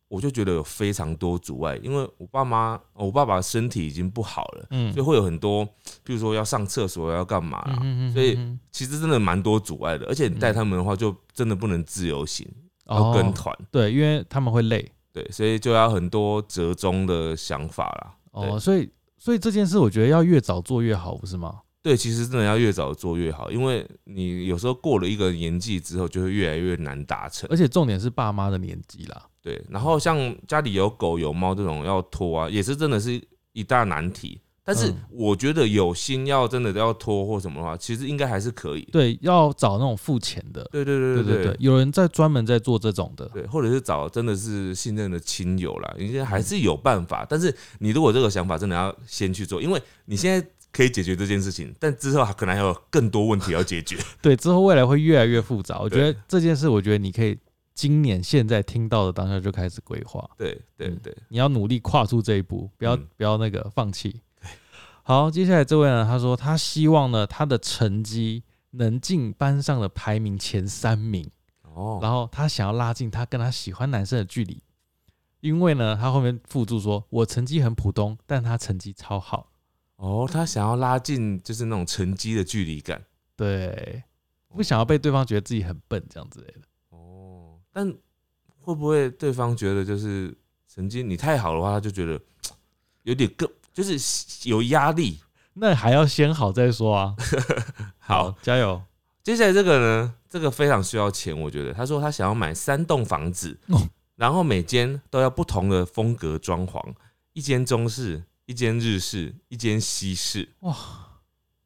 [SPEAKER 2] 我就觉得有非常多阻碍，因为我爸妈，哦我爸爸身体已经不好了，
[SPEAKER 1] 嗯
[SPEAKER 2] 所以会有很多，譬如说要上厕所要干嘛啦，
[SPEAKER 1] 嗯
[SPEAKER 2] 啊所以
[SPEAKER 1] 嗯
[SPEAKER 2] 其实真的蛮多阻碍的。而且你带他们的话，就真的不能自由行，
[SPEAKER 1] 嗯
[SPEAKER 2] 要跟
[SPEAKER 1] 哦
[SPEAKER 2] 团，
[SPEAKER 1] 对，因为他们会累
[SPEAKER 2] 对，所以就要很多折中的想法啦。
[SPEAKER 1] 哦，所以所以这件事我觉得要越早做越好，不是吗？
[SPEAKER 2] 对，其实真的要越早做越好，因为你有时候过了一个年纪之后，就会越来越难达成。
[SPEAKER 1] 而且重点是爸妈的年纪啦，
[SPEAKER 2] 对，然后像家里有狗有猫这种要拖啊，也是真的是一大难题。但是
[SPEAKER 1] 嗯
[SPEAKER 2] 我觉得有心要真的要拖或什么的话，其实应该还是可以。
[SPEAKER 1] 对，要找那种付钱的，
[SPEAKER 2] 对对对
[SPEAKER 1] 对
[SPEAKER 2] 对
[SPEAKER 1] 对对，有人在专门在做这种的，
[SPEAKER 2] 对，或者是找真的是信任的亲友啦，你现在还是有办法。但是你如果这个想法真的要先去做，因为你现在可以解决这件事情，但之后可能还有更多问题要解决。 (laughs)
[SPEAKER 1] 对，之后未来会越来越复杂。我觉
[SPEAKER 2] 对
[SPEAKER 1] 得这件事，我觉得你可以今年现在听到的当下就开始规划，
[SPEAKER 2] 对对
[SPEAKER 1] 嗯
[SPEAKER 2] 对，
[SPEAKER 1] 你要努力跨出这一步，不要、
[SPEAKER 2] 嗯
[SPEAKER 1] 不要那个放弃。好，接下来这位呢，他说他希望呢他的成绩能进班上的排名前三名，
[SPEAKER 2] 哦，
[SPEAKER 1] 然后他想要拉近他跟他喜欢男生的距离，因为呢他后面附注说我成绩很普通，但他成绩超好。
[SPEAKER 2] 哦，他想要拉近就是那种成绩的距离感。
[SPEAKER 1] 对，不想要被对方觉得自己很笨这样之类的。
[SPEAKER 2] 哦，但会不会对方觉得就是成绩你太好的话，他就觉得有点更就是有压力？
[SPEAKER 1] 那还要先好再说啊！
[SPEAKER 2] (laughs)
[SPEAKER 1] 哦
[SPEAKER 2] 好，，
[SPEAKER 1] 加油！
[SPEAKER 2] 接下来这个呢，这个非常需要钱，我觉得。他说他想要买三栋房子，
[SPEAKER 1] 哦
[SPEAKER 2] 然后每间都要不同的风格装潢，一间中式，一间日式，一间西式，
[SPEAKER 1] 哇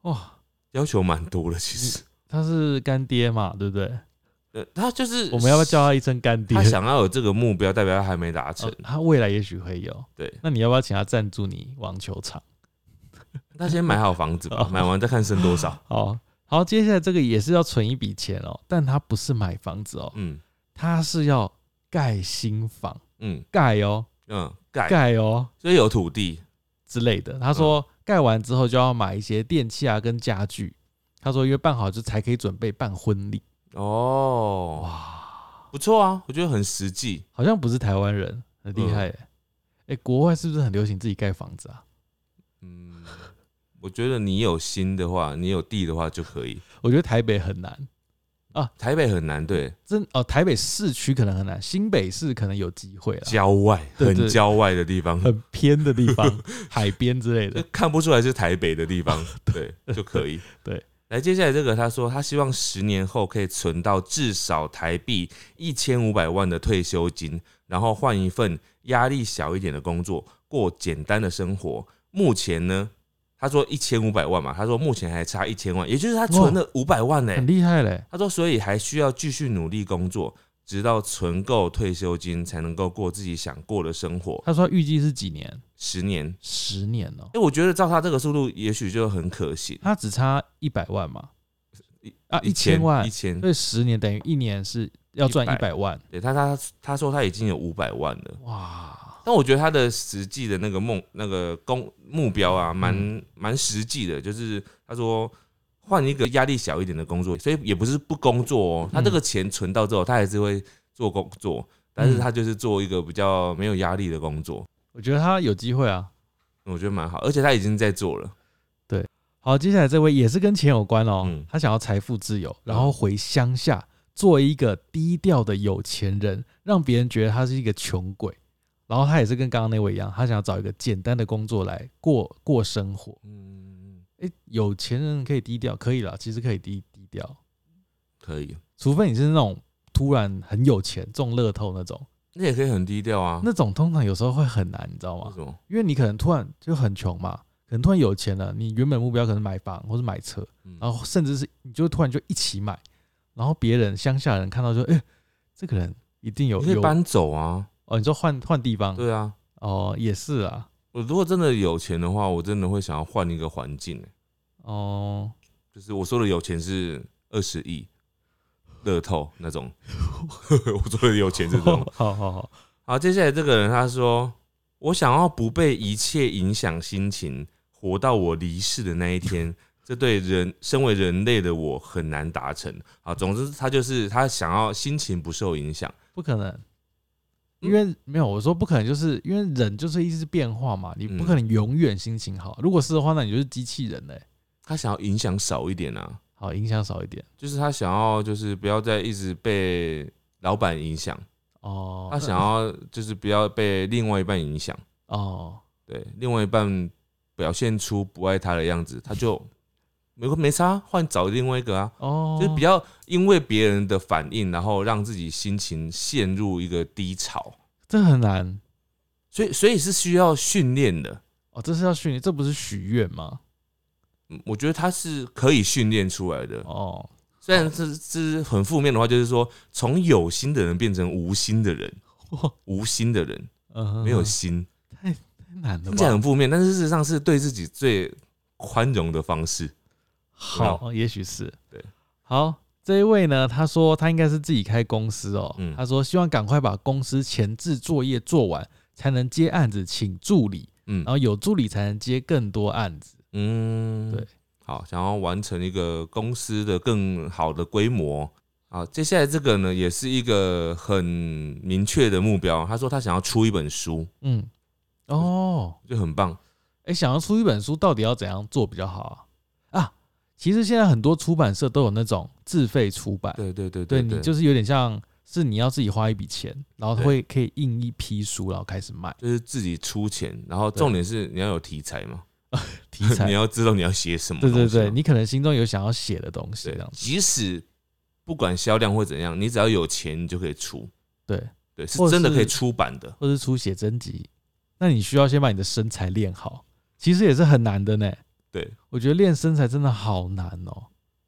[SPEAKER 1] 哇，嗯
[SPEAKER 2] 要求蛮多的。其实，
[SPEAKER 1] 他是干爹嘛，对不对？
[SPEAKER 2] 呃，他就是
[SPEAKER 1] 我们要不要叫他一声干爹？
[SPEAKER 2] 他想要有这个目标，代表他还没达成
[SPEAKER 1] 哦、。他未来也许会有。
[SPEAKER 2] 对，
[SPEAKER 1] 那你要不要请他赞助你网球场？
[SPEAKER 2] 他先买好房子吧， (laughs)
[SPEAKER 1] 哦
[SPEAKER 2] 买完再看剩多 (laughs) 少。
[SPEAKER 1] 好哦好，接下来这个也是要存一笔钱哦，但他不是买房子哦，
[SPEAKER 2] 嗯
[SPEAKER 1] 他是要盖新房，
[SPEAKER 2] 嗯
[SPEAKER 1] 盖哦，
[SPEAKER 2] 嗯，盖，
[SPEAKER 1] 盖哦
[SPEAKER 2] 所以有土地。
[SPEAKER 1] 之类的。他说盖完之后就要买一些电器啊跟家具。他说因为办好就才可以准备办婚礼。
[SPEAKER 2] 哦，不错啊，我觉得很实际。
[SPEAKER 1] 好像不是台湾人，很厉害耶、哎、国外是不是很流行自己盖房子啊？
[SPEAKER 2] 嗯，我觉得你有心的话，你有地的话就可以。
[SPEAKER 1] 我觉得台北很难，
[SPEAKER 2] 台北很难，对，啊
[SPEAKER 1] 真哦，台北市区可能很难，新北市可能有机会了，
[SPEAKER 2] 郊外
[SPEAKER 1] 对对
[SPEAKER 2] 很郊外的地方，
[SPEAKER 1] 很偏的地 (laughs) 方，海边之类
[SPEAKER 2] 就
[SPEAKER 1] 的。
[SPEAKER 2] 呃看不出来是台北的地方， (laughs) 对，就可以。
[SPEAKER 1] 对，
[SPEAKER 2] 来接下来这个，他说他希望十年后可以存到至少台币一千五百万的退休金，然后换一份压力小一点的工作，过简单的生活。目前呢，他说一千五百万嘛，他说目前还差一千万，也就是他存了五百万呢、
[SPEAKER 1] 很厉害嘞，
[SPEAKER 2] 他说，所以还需要继续努力工作，直到存够退休金，才能够过自己想过的生活。
[SPEAKER 1] 他说他预计是几年？
[SPEAKER 2] 十年，
[SPEAKER 1] 十年哦、
[SPEAKER 2] 哎、我觉得照他这个速度，也许就很可行。
[SPEAKER 1] 他只差一百万嘛，啊，一千万
[SPEAKER 2] 一，千，
[SPEAKER 1] 所以十年等于一年是要赚
[SPEAKER 2] 100
[SPEAKER 1] 一百万，
[SPEAKER 2] 对他他他说他已经有五百万了，
[SPEAKER 1] 哇，
[SPEAKER 2] 但我觉得他的实际的那个梦那个公目标啊，蛮
[SPEAKER 1] 嗯
[SPEAKER 2] 蛮实际的，就是他说。换一个压力小一点的工作，所以也不是不工作哦。
[SPEAKER 1] 嗯
[SPEAKER 2] 他这个钱存到之后，他还是会做工作，但
[SPEAKER 1] 嗯
[SPEAKER 2] 是他就是做一个比较没有压力的工作。
[SPEAKER 1] 我觉得他有机会啊。
[SPEAKER 2] 我觉得蛮好，而且他已经在做了。
[SPEAKER 1] 好，接下来这位也是跟钱有关哦，
[SPEAKER 2] 嗯
[SPEAKER 1] 他想要财富自由，然后回乡下做一个低调的有钱人，让别人觉得他是一个穷鬼。然后他也是跟刚刚那位一样，他想要找一个简单的工作来过过生活。
[SPEAKER 2] 嗯，
[SPEAKER 1] 诶，有钱人可以低调，可以啦，其实可以低低调，
[SPEAKER 2] 可以，
[SPEAKER 1] 除非你是那种突然很有钱中乐透那种，
[SPEAKER 2] 那也可以很低调啊。
[SPEAKER 1] 那种通常有时候会很难，你知道
[SPEAKER 2] 为
[SPEAKER 1] 吗？
[SPEAKER 2] 什么？
[SPEAKER 1] 因为你可能突然就很穷嘛，可能突然有钱了，你原本目标可能买房或是买车，
[SPEAKER 2] 嗯
[SPEAKER 1] 然后甚至是你就突然就一起买，然后别人乡下人看到就哎、这个人一定有
[SPEAKER 2] 你可以
[SPEAKER 1] 有
[SPEAKER 2] 搬走啊。
[SPEAKER 1] 哦，你说换换地方
[SPEAKER 2] 对啊，
[SPEAKER 1] 哦，也是啊，
[SPEAKER 2] 我如果真的有钱的话，我真的会想要换一个环境、欸 (laughs)
[SPEAKER 1] 哦，
[SPEAKER 2] 就是我说的有钱是二十亿乐透那种， (laughs) 我说的有钱是这种。
[SPEAKER 1] 好好好，
[SPEAKER 2] 好，接下来这个人他说：“我想要不被一切影响心情，活到我离世的那一天。这对人身为人类的我很难达成。”啊，总之他就是他想要心情不受影响。
[SPEAKER 1] 不可能，因为没有，我说不可能，就是因为人就是一直变化嘛，你
[SPEAKER 2] 嗯
[SPEAKER 1] 不可能永远心情好。如果是的话，那你就是机器人嘞、
[SPEAKER 2] 他想要影响少一点啊，
[SPEAKER 1] 好，影响少一点
[SPEAKER 2] 就是他想要就是不要再一直被老板影响，
[SPEAKER 1] 哦。
[SPEAKER 2] 他想要就是不要被另外一半影响，
[SPEAKER 1] 哦，
[SPEAKER 2] 对，另外一半表现出不爱他的样子，他就没没差，换找另外一个啊，
[SPEAKER 1] 哦，
[SPEAKER 2] 就是比较因为别人的反应，然后让自己心情陷入一个低潮，
[SPEAKER 1] 这很难
[SPEAKER 2] 所以所以是需要训练的。
[SPEAKER 1] 哦，这是要训练，这不是许愿吗？
[SPEAKER 2] 嗯我觉得他是可以训练出来的，
[SPEAKER 1] 哦，
[SPEAKER 2] 虽然这这是很负面的话，就是说从有心的人变成无心的人，
[SPEAKER 1] 哇
[SPEAKER 2] 无心的人
[SPEAKER 1] 哦嗯
[SPEAKER 2] 没有心，
[SPEAKER 1] 太难了
[SPEAKER 2] 听起来
[SPEAKER 1] 吧？
[SPEAKER 2] 很负面，但是事实上是对自己最宽容的方式。
[SPEAKER 1] 好，也许是
[SPEAKER 2] 对。
[SPEAKER 1] 好，这一位呢，他说他应该是自己开公司哦，
[SPEAKER 2] 嗯
[SPEAKER 1] 他说希望赶快把公司前置作业做完，才能接案子，请助理，
[SPEAKER 2] 嗯
[SPEAKER 1] 然后有助理才能接更多案子。
[SPEAKER 2] 嗯，
[SPEAKER 1] 对，
[SPEAKER 2] 好，想要完成一个公司的更好的规模。好，接下来这个呢，也是一个很明确的目标。他说他想要出一本书，
[SPEAKER 1] 嗯，哦，
[SPEAKER 2] 就很棒。
[SPEAKER 1] 哎、想要出一本书，到底要怎样做比较好啊？啊，其实现在很多出版社都有那种自费出版，
[SPEAKER 2] 对对对
[SPEAKER 1] 对
[SPEAKER 2] 对，
[SPEAKER 1] 你就是有点像是你要自己花一笔钱，然后
[SPEAKER 2] 对
[SPEAKER 1] 会可以印一批书，然后开始卖
[SPEAKER 2] 就是自己出钱，然后
[SPEAKER 1] 对
[SPEAKER 2] 重点是你要有题材
[SPEAKER 1] (laughs)
[SPEAKER 2] 嘛，
[SPEAKER 1] 题材
[SPEAKER 2] (laughs) 你。要知道你要写什么
[SPEAKER 1] 对
[SPEAKER 2] 东西嘛。
[SPEAKER 1] 对对，你可能心中有想要写的东西，这
[SPEAKER 2] 对
[SPEAKER 1] 样，子。
[SPEAKER 2] 即使不管销量会怎样，你只要有钱，你就可以出。
[SPEAKER 1] 对，
[SPEAKER 2] 对，是
[SPEAKER 1] 或者
[SPEAKER 2] 真的可以
[SPEAKER 1] 是
[SPEAKER 2] 出版的。
[SPEAKER 1] 或是出写真集，那你需要先把你的身材练好，其实也是很难的呢。
[SPEAKER 2] 对，
[SPEAKER 1] 我觉得练身材真的好难哦，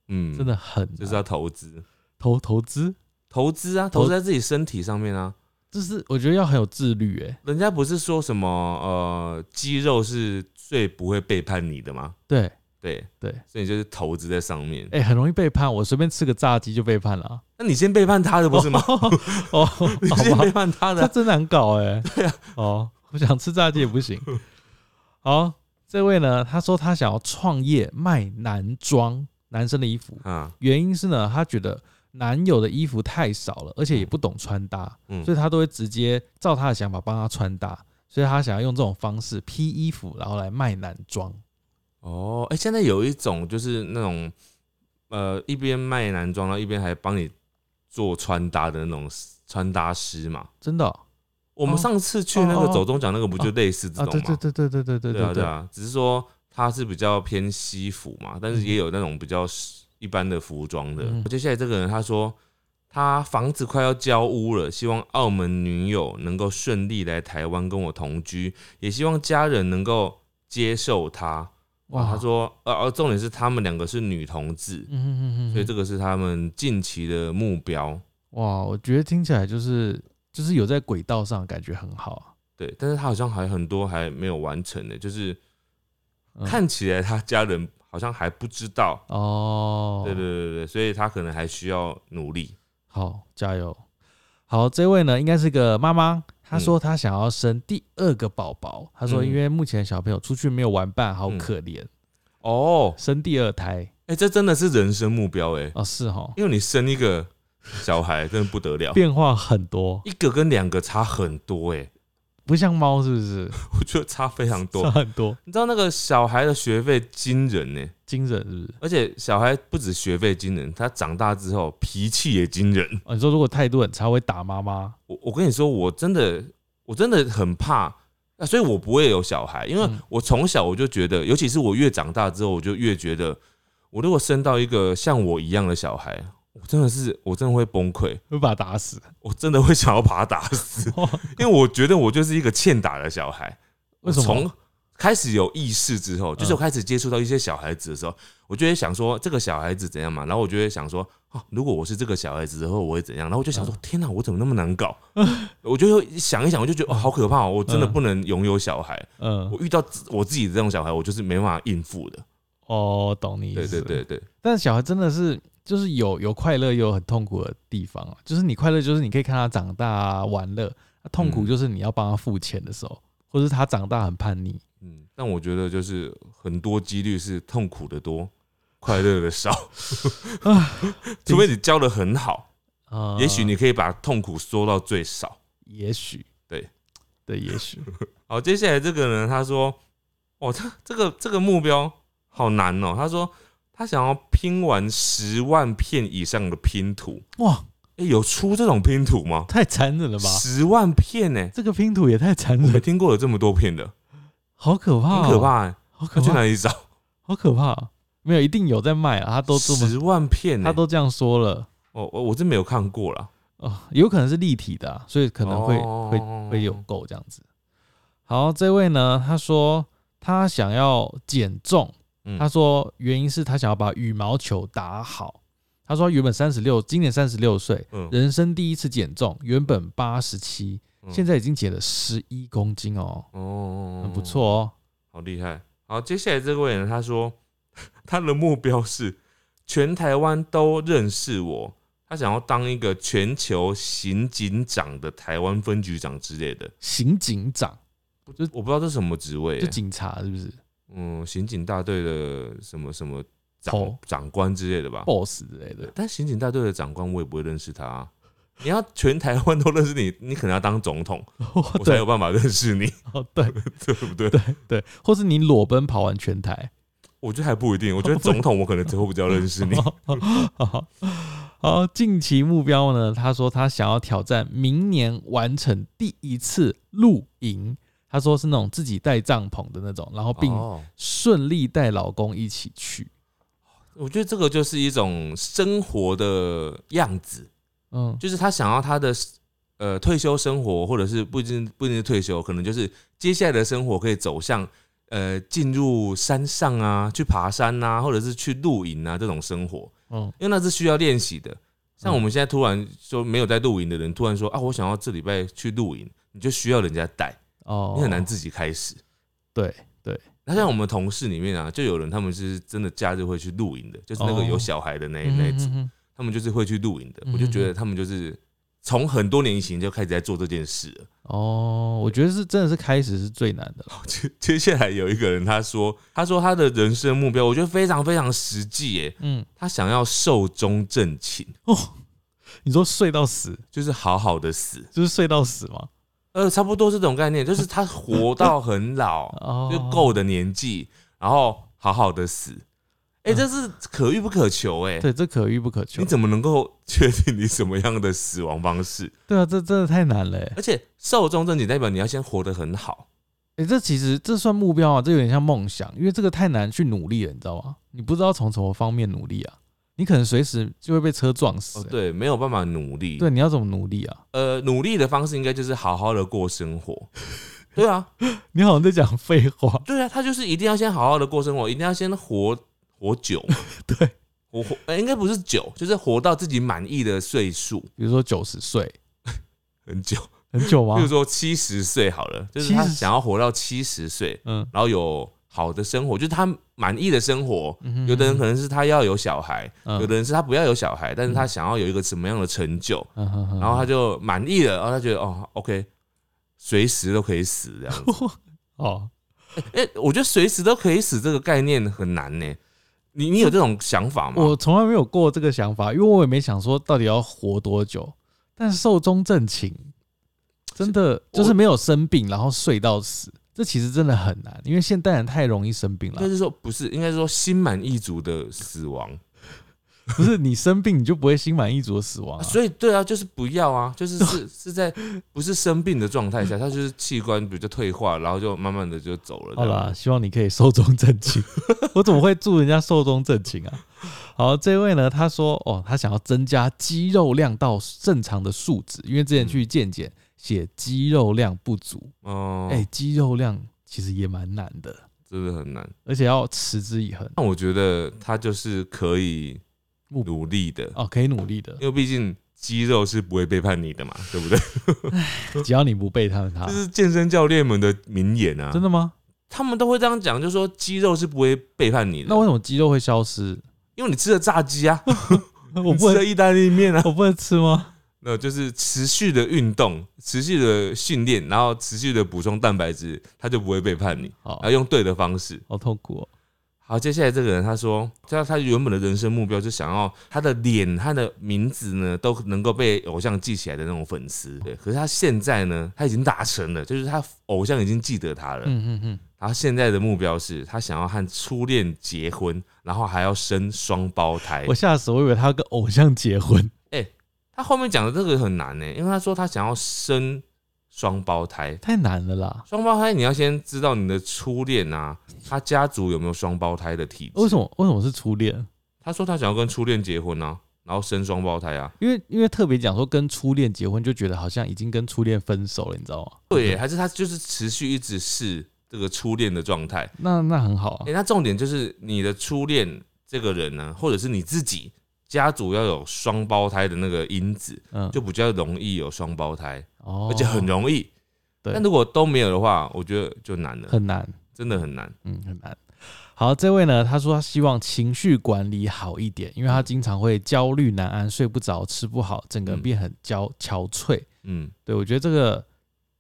[SPEAKER 2] 嗯，
[SPEAKER 1] 真的很难。
[SPEAKER 2] 就是要投资，
[SPEAKER 1] 投投资，
[SPEAKER 2] 投资啊，投资在自己身体上面啊。
[SPEAKER 1] 就是我觉得要很有自律，哎，
[SPEAKER 2] 人家不是说什么呃，肌肉是最不会背叛你的吗？
[SPEAKER 1] 对，
[SPEAKER 2] 对
[SPEAKER 1] 对，
[SPEAKER 2] 所以你就是投资在上面。
[SPEAKER 1] 哎、很容易背叛。我随便吃个炸鸡就背叛了啊、
[SPEAKER 2] 那你先背叛他的不是吗？
[SPEAKER 1] (laughs) 哦，
[SPEAKER 2] (laughs) 你
[SPEAKER 1] 好
[SPEAKER 2] 先
[SPEAKER 1] 吧
[SPEAKER 2] 背，叛他的
[SPEAKER 1] 他
[SPEAKER 2] 啊，
[SPEAKER 1] 真难搞哎、对啊。哦，我想吃炸鸡也不行。好，这位呢，他说他想要创业卖男装，男生的衣服。
[SPEAKER 2] (laughs) 啊，
[SPEAKER 1] 原因是呢，他觉得男友的衣服太少了，而且也不懂穿搭，
[SPEAKER 2] 嗯
[SPEAKER 1] 所以他都会直接照他的想法帮他穿搭。所以他想要用这种方式批衣服，然后来卖男装。
[SPEAKER 2] 哦，哎、现在有一种就是那种呃，一边卖男装，然后一边还帮你做穿搭的那种穿搭师嘛。
[SPEAKER 1] 真的哦、
[SPEAKER 2] 我们
[SPEAKER 1] 哦
[SPEAKER 2] 上次去那
[SPEAKER 1] 哦
[SPEAKER 2] 个
[SPEAKER 1] 哦
[SPEAKER 2] 走中奖那个不就类似这
[SPEAKER 1] 啊？对
[SPEAKER 2] 种吗？
[SPEAKER 1] 对对对对对对
[SPEAKER 2] 对啊对啊，只是说它是比较偏西服嘛，但是也有那种比较一般的服装的。
[SPEAKER 1] 嗯
[SPEAKER 2] 接下来这个人他说，他房子快要交屋了，希望澳门女友能够顺利来台湾跟我同居，也希望家人能够接受他。哇，他，说，呃，呃，重点是他们两个是女同志，
[SPEAKER 1] 嗯嗯嗯嗯，
[SPEAKER 2] 所以这个是他们近期的目标。
[SPEAKER 1] 哇，我觉得听起来就是就是有在轨道上，感觉很好啊。
[SPEAKER 2] 对，但是他好像还很多还没有完成的，就是
[SPEAKER 1] 嗯
[SPEAKER 2] 看起来他家人好像还不知道
[SPEAKER 1] 哦，
[SPEAKER 2] 对对，对对，所以他可能还需要努力。
[SPEAKER 1] 好，加油。好，这位呢应该是个妈妈，她说她想要生第二个宝宝，她说
[SPEAKER 2] 嗯
[SPEAKER 1] 因为目前小朋友出去没有玩伴，好
[SPEAKER 2] 嗯
[SPEAKER 1] 可怜，
[SPEAKER 2] 哦，
[SPEAKER 1] 生第二胎
[SPEAKER 2] 哎、这真的是人生目标哎、
[SPEAKER 1] 哦，是哈，
[SPEAKER 2] 因为你生一个小孩真的不得了，
[SPEAKER 1] 变化很多，
[SPEAKER 2] 一个跟两个差很多哎、 (laughs)
[SPEAKER 1] 不像猫是不是？
[SPEAKER 2] 我觉得差非常
[SPEAKER 1] 差
[SPEAKER 2] (laughs) 多。
[SPEAKER 1] 很多，
[SPEAKER 2] 你知道那个小孩的学费惊人呢、哎
[SPEAKER 1] 惊人是不是？
[SPEAKER 2] 而且小孩不止学费惊人，他长大之后脾气也惊人。
[SPEAKER 1] 哦，你说如果态度很差会打妈妈，
[SPEAKER 2] 我我跟你说，我真的我真的很怕。啊，所以我不会有小孩，因为
[SPEAKER 1] 嗯
[SPEAKER 2] 我从小我就觉得，尤其是我越长大之后，我就越觉得，我如果生到一个像我一样的小孩，我真的是，我真的会崩溃，
[SPEAKER 1] 会把他打死，，
[SPEAKER 2] 我真的会想要把他打死
[SPEAKER 1] 哇
[SPEAKER 2] (laughs) 因为我觉得我就是一个欠打的小孩。
[SPEAKER 1] 为什么嗯
[SPEAKER 2] 从？开始有意识之后，就是我开始接触到一些小孩子的时候，我就会想说这个小孩子怎样嘛，然后我就会想说啊，如果我是这个小孩子的话，我会怎样？然后我就
[SPEAKER 1] 嗯
[SPEAKER 2] 想说，天哪，我怎么那么
[SPEAKER 1] (laughs)
[SPEAKER 2] 难搞？我就会想一想，我就觉得哦，好可怕、哦，我真的
[SPEAKER 1] 嗯
[SPEAKER 2] 不能拥有小孩。
[SPEAKER 1] 嗯
[SPEAKER 2] 我，遇到自我自己的这种小孩，我就是没办法应付的。
[SPEAKER 1] 哦，懂你意
[SPEAKER 2] 对
[SPEAKER 1] 思，
[SPEAKER 2] 对对对，
[SPEAKER 1] 但小孩真的是就是有有快乐，也有很痛苦的地方啊。就是你快乐，就是你可以看他长大、啊、玩乐；啊痛苦
[SPEAKER 2] 嗯
[SPEAKER 1] 就是你要帮他付钱的时候，或者是他长大很叛逆。
[SPEAKER 2] 嗯，但我觉得就是很多几率是痛苦的多，快乐的
[SPEAKER 1] (laughs)
[SPEAKER 2] 少。 (laughs) 除非你教的很好，
[SPEAKER 1] 呃
[SPEAKER 2] 哦
[SPEAKER 1] 嗯
[SPEAKER 2] 也许你可以把痛苦缩到最少。
[SPEAKER 1] 啊也许，
[SPEAKER 2] 对
[SPEAKER 1] 对，也
[SPEAKER 2] (laughs)
[SPEAKER 1] 许
[SPEAKER 2] 好，接下来这个人他说，哦，他这个这个目标好难哦。他说他想要拼完十万片以上的拼图，
[SPEAKER 1] 哇，
[SPEAKER 2] 诶，有出这种拼图吗？
[SPEAKER 1] 太残忍了
[SPEAKER 2] (laughs)
[SPEAKER 1] 吧！
[SPEAKER 2] 十万片呢、
[SPEAKER 1] 这个拼图也太残
[SPEAKER 2] 我没
[SPEAKER 1] 忍，
[SPEAKER 2] 听过有这么多片的，
[SPEAKER 1] 好可怕、哦
[SPEAKER 2] 很可，怕、欸。
[SPEAKER 1] 好啊可
[SPEAKER 2] 他去
[SPEAKER 1] 怕，
[SPEAKER 2] 哪里找？
[SPEAKER 1] 好可怕、没有，一定有在卖啊，他都这么，
[SPEAKER 2] 十万片、欸，
[SPEAKER 1] 他都这样说了。
[SPEAKER 2] 哦，我我真没有看过啦，
[SPEAKER 1] 哦，有可能是立体的啊、所以可能会、会
[SPEAKER 2] 哦
[SPEAKER 1] 会有够这样子。好，这位呢，他说他想要减重，
[SPEAKER 2] 嗯
[SPEAKER 1] 他说原因是他想要把羽毛球打好。他说原本三十六，今年三十六岁，
[SPEAKER 2] 嗯
[SPEAKER 1] 人生第一次减重，原本八十七，
[SPEAKER 2] 嗯
[SPEAKER 1] 现在已经减了十一公斤哦，
[SPEAKER 2] 哦
[SPEAKER 1] 很不，错哦。
[SPEAKER 2] 好厉害。好，接下来这位人他说 (laughs) 他的目标是全台湾都认识我，他想要当一个全球刑警长的台湾分局长之类的，
[SPEAKER 1] 刑警长就
[SPEAKER 2] 我不知道这是什么职位、
[SPEAKER 1] 就
[SPEAKER 2] 欸，
[SPEAKER 1] 警察是不是
[SPEAKER 2] 嗯，刑警大队的什么什么
[SPEAKER 1] 头
[SPEAKER 2] 长长官之类的吧。
[SPEAKER 1] ？boss 之类的？
[SPEAKER 2] 但刑警大队的长官我也不会认识他啊、你要全台湾都认识你，你可能要当总统，我才
[SPEAKER 1] (laughs) 对
[SPEAKER 2] 有办法认识你， (laughs)
[SPEAKER 1] 哦，对
[SPEAKER 2] 对不对？
[SPEAKER 1] 对，或是你裸奔跑完全台， (laughs)
[SPEAKER 2] 我觉得还不一定，我觉得总统我可能最后比较认
[SPEAKER 1] (laughs)
[SPEAKER 2] 识你。
[SPEAKER 1] 好，好，近期目标呢？他说他想要挑战明年完成第一次露营。他说是那种自己带帐篷的那种，然后并
[SPEAKER 2] 哦
[SPEAKER 1] 顺利带老公一起去。
[SPEAKER 2] 我觉得这个就是一种生活的样子，
[SPEAKER 1] 嗯，
[SPEAKER 2] 就是他想要他的呃退休生活，或者是不一定不一定是退休，可能就是接下来的生活可以走向呃进入山上啊，去爬山啊，或者是去露营啊这种生活，
[SPEAKER 1] 嗯，
[SPEAKER 2] 因为那是需要练习的。像
[SPEAKER 1] 嗯
[SPEAKER 2] 我们现在突然说没有在露营的人，突然说啊，我想要这礼拜去露营，你就需要人家带，
[SPEAKER 1] 哦，
[SPEAKER 2] 你很难自己开始。
[SPEAKER 1] 对，
[SPEAKER 2] 那像我们同事里面啊，就有人他们是真的假日会去露营的，就是那个
[SPEAKER 1] 哦
[SPEAKER 2] 有小孩的那、
[SPEAKER 1] 嗯
[SPEAKER 2] 那一
[SPEAKER 1] 哼
[SPEAKER 2] 种，
[SPEAKER 1] 哼哼
[SPEAKER 2] 他们就是会去露营的。
[SPEAKER 1] 嗯
[SPEAKER 2] 我就觉得他们就是从很多年以前就开始在做这件事了。 (laughs)
[SPEAKER 1] 哦，我觉得是真的是开始是最难的了。
[SPEAKER 2] 接接下来有一个人他说，他说他的人生目标，我觉得非常非常实际耶，
[SPEAKER 1] 嗯，
[SPEAKER 2] 他想要寿终正寝，
[SPEAKER 1] 你说睡到死，
[SPEAKER 2] 就是好好的死，
[SPEAKER 1] 就是睡到死吗？
[SPEAKER 2] 呃，差不多是这种概念，就是他活到很老，
[SPEAKER 1] 哦，
[SPEAKER 2] 就够的年纪，然后好好的死。哎、
[SPEAKER 1] 嗯
[SPEAKER 2] 这是可遇不可求哎、
[SPEAKER 1] 对，这可遇不可求
[SPEAKER 2] 你。怎么能够确定你什么样的死亡方式？
[SPEAKER 1] 对啊，这真的太难了欸。
[SPEAKER 2] 而且寿终正寝代表你要先活得很好，
[SPEAKER 1] 哎、这其实这算目标啊，这有点像梦想，因为这个太难去努力了，你知道吗？你不知道从什么方面努力啊，你可能随时就会被车撞死、欸
[SPEAKER 2] 哦，对，没有办法努力。
[SPEAKER 1] 对，，你要怎么努力啊？
[SPEAKER 2] 呃，努力的方式应该就是好好的过生
[SPEAKER 1] (laughs)
[SPEAKER 2] 活。对啊，
[SPEAKER 1] 你好像在讲废话，
[SPEAKER 2] 对啊，他就是一定要先好好的过生活，一定要先活活久，
[SPEAKER 1] (laughs) 对，
[SPEAKER 2] 活活、呃应该不是久，就是活到自己满意的岁数，
[SPEAKER 1] 比如说九十岁，
[SPEAKER 2] 很久。
[SPEAKER 1] 很久吗
[SPEAKER 2] 比如？说七十岁好了，就是他
[SPEAKER 1] 70
[SPEAKER 2] 想要活到七十岁，
[SPEAKER 1] 嗯，
[SPEAKER 2] 然后有好的生活，就是他满意的生活。
[SPEAKER 1] 嗯哼
[SPEAKER 2] 有的人可能是他要有小孩，
[SPEAKER 1] 嗯
[SPEAKER 2] 有的人是他不要有小孩，但是他想要有一个什么样的成就，
[SPEAKER 1] 嗯哼哼
[SPEAKER 2] 然后他就满意了，然后他觉得哦，OK，随时都可以死这
[SPEAKER 1] (laughs)
[SPEAKER 2] 样子。
[SPEAKER 1] 哦，
[SPEAKER 2] 哎、我觉得随时都可以死这个概念很难呢、你你有这种想法吗？
[SPEAKER 1] 我从来没有过这个想法，因为我也没想说到底要活多久，但寿终正寝，真的就是没有生病，然后睡到死，这其实真的很难，因为现代人太容易生病
[SPEAKER 2] 应
[SPEAKER 1] 了
[SPEAKER 2] 该。是说不是，应该是说心满意足的死亡。
[SPEAKER 1] 不是你生病，你就不会心满意足的死亡、啊。
[SPEAKER 2] 所以对啊，就是不要啊，就是是 (laughs) 是在不是生病的状态下，他就是器官比较退化，然后就慢慢的就走了。
[SPEAKER 1] 好啦，，希望你可以寿终正
[SPEAKER 2] (laughs)
[SPEAKER 1] 寝。我怎么会祝人家寿终正寝啊？好，这位呢，他说哦，他想要增加肌肉量到正常的数值，因为之前去健检写肌肉量不足，
[SPEAKER 2] 哦
[SPEAKER 1] 哎、，肌肉量其实也蛮难的，
[SPEAKER 2] 真的很难。
[SPEAKER 1] 而且要持之以恒，
[SPEAKER 2] 但我觉得他就是可以
[SPEAKER 1] 目
[SPEAKER 2] 努力的，
[SPEAKER 1] 哦，可以努力的
[SPEAKER 2] 因，为毕竟肌肉是不会背叛你
[SPEAKER 1] (laughs)
[SPEAKER 2] 的嘛，对不对？
[SPEAKER 1] 只要你不背他们他
[SPEAKER 2] 这，是健身教练们的名言啊，
[SPEAKER 1] 啊真的吗？
[SPEAKER 2] 他们都会这样讲，就说肌肉是不会背叛你的。
[SPEAKER 1] 那为什么肌肉会消失？
[SPEAKER 2] 因为你吃了炸鸡啊，
[SPEAKER 1] (laughs) 我
[SPEAKER 2] (laughs) 你
[SPEAKER 1] 不
[SPEAKER 2] 吃了
[SPEAKER 1] 能，
[SPEAKER 2] 意大利面啊，
[SPEAKER 1] 我不能吃吗？
[SPEAKER 2] 那就是持续的运动、持续的训练，然后持续的补充蛋白质，它就不会背叛你。
[SPEAKER 1] 好
[SPEAKER 2] 然后，用对的方式。
[SPEAKER 1] 好痛苦哦。
[SPEAKER 2] 好，接下来这个人他说，他他原本的人生目标就想要他的脸、他的名字呢都能够被偶像记起来的那种粉丝。对，可是他现在呢，他已经达成了，就是他偶像已经记得他了。
[SPEAKER 1] 嗯嗯嗯，
[SPEAKER 2] 然后现在的目标是他想要和初恋结婚，然后还要生双胞胎
[SPEAKER 1] 我。吓死，我以为他要跟偶像结婚。
[SPEAKER 2] 他后面讲的这个很难呢、因为他说他想要生双胞胎。
[SPEAKER 1] 太难了啦！
[SPEAKER 2] 双胞胎，你要先知道你的初恋啊，他家族有没有双胞胎的体质？
[SPEAKER 1] 为什么？为什么是初恋？
[SPEAKER 2] 他说他想要跟初恋结婚啊，然后生双胞胎啊。
[SPEAKER 1] 因为因为特别讲说跟初恋结婚，就觉得好像已经跟初恋分手了，你知道吗？
[SPEAKER 2] 对耶，还是他就是持续一直是这个初恋的状态。
[SPEAKER 1] 那那很好啊
[SPEAKER 2] 哎、。那重点就是你的初恋这个人呢，或者是你自己家族要有双胞胎的那个因子，
[SPEAKER 1] 嗯，
[SPEAKER 2] 就比较容易有双胞胎，
[SPEAKER 1] 哦
[SPEAKER 2] 而且很容易。
[SPEAKER 1] 对
[SPEAKER 2] 但如果都没有的话，我觉得就难了，
[SPEAKER 1] 很难，
[SPEAKER 2] 真的很难。
[SPEAKER 1] 嗯，很难。好，这位呢，他说他希望情绪管理好一点，因为他经常会焦虑难安、睡不着、吃不好，整个人
[SPEAKER 2] 嗯
[SPEAKER 1] 变很焦憔悴。
[SPEAKER 2] 嗯，
[SPEAKER 1] 对我觉得这个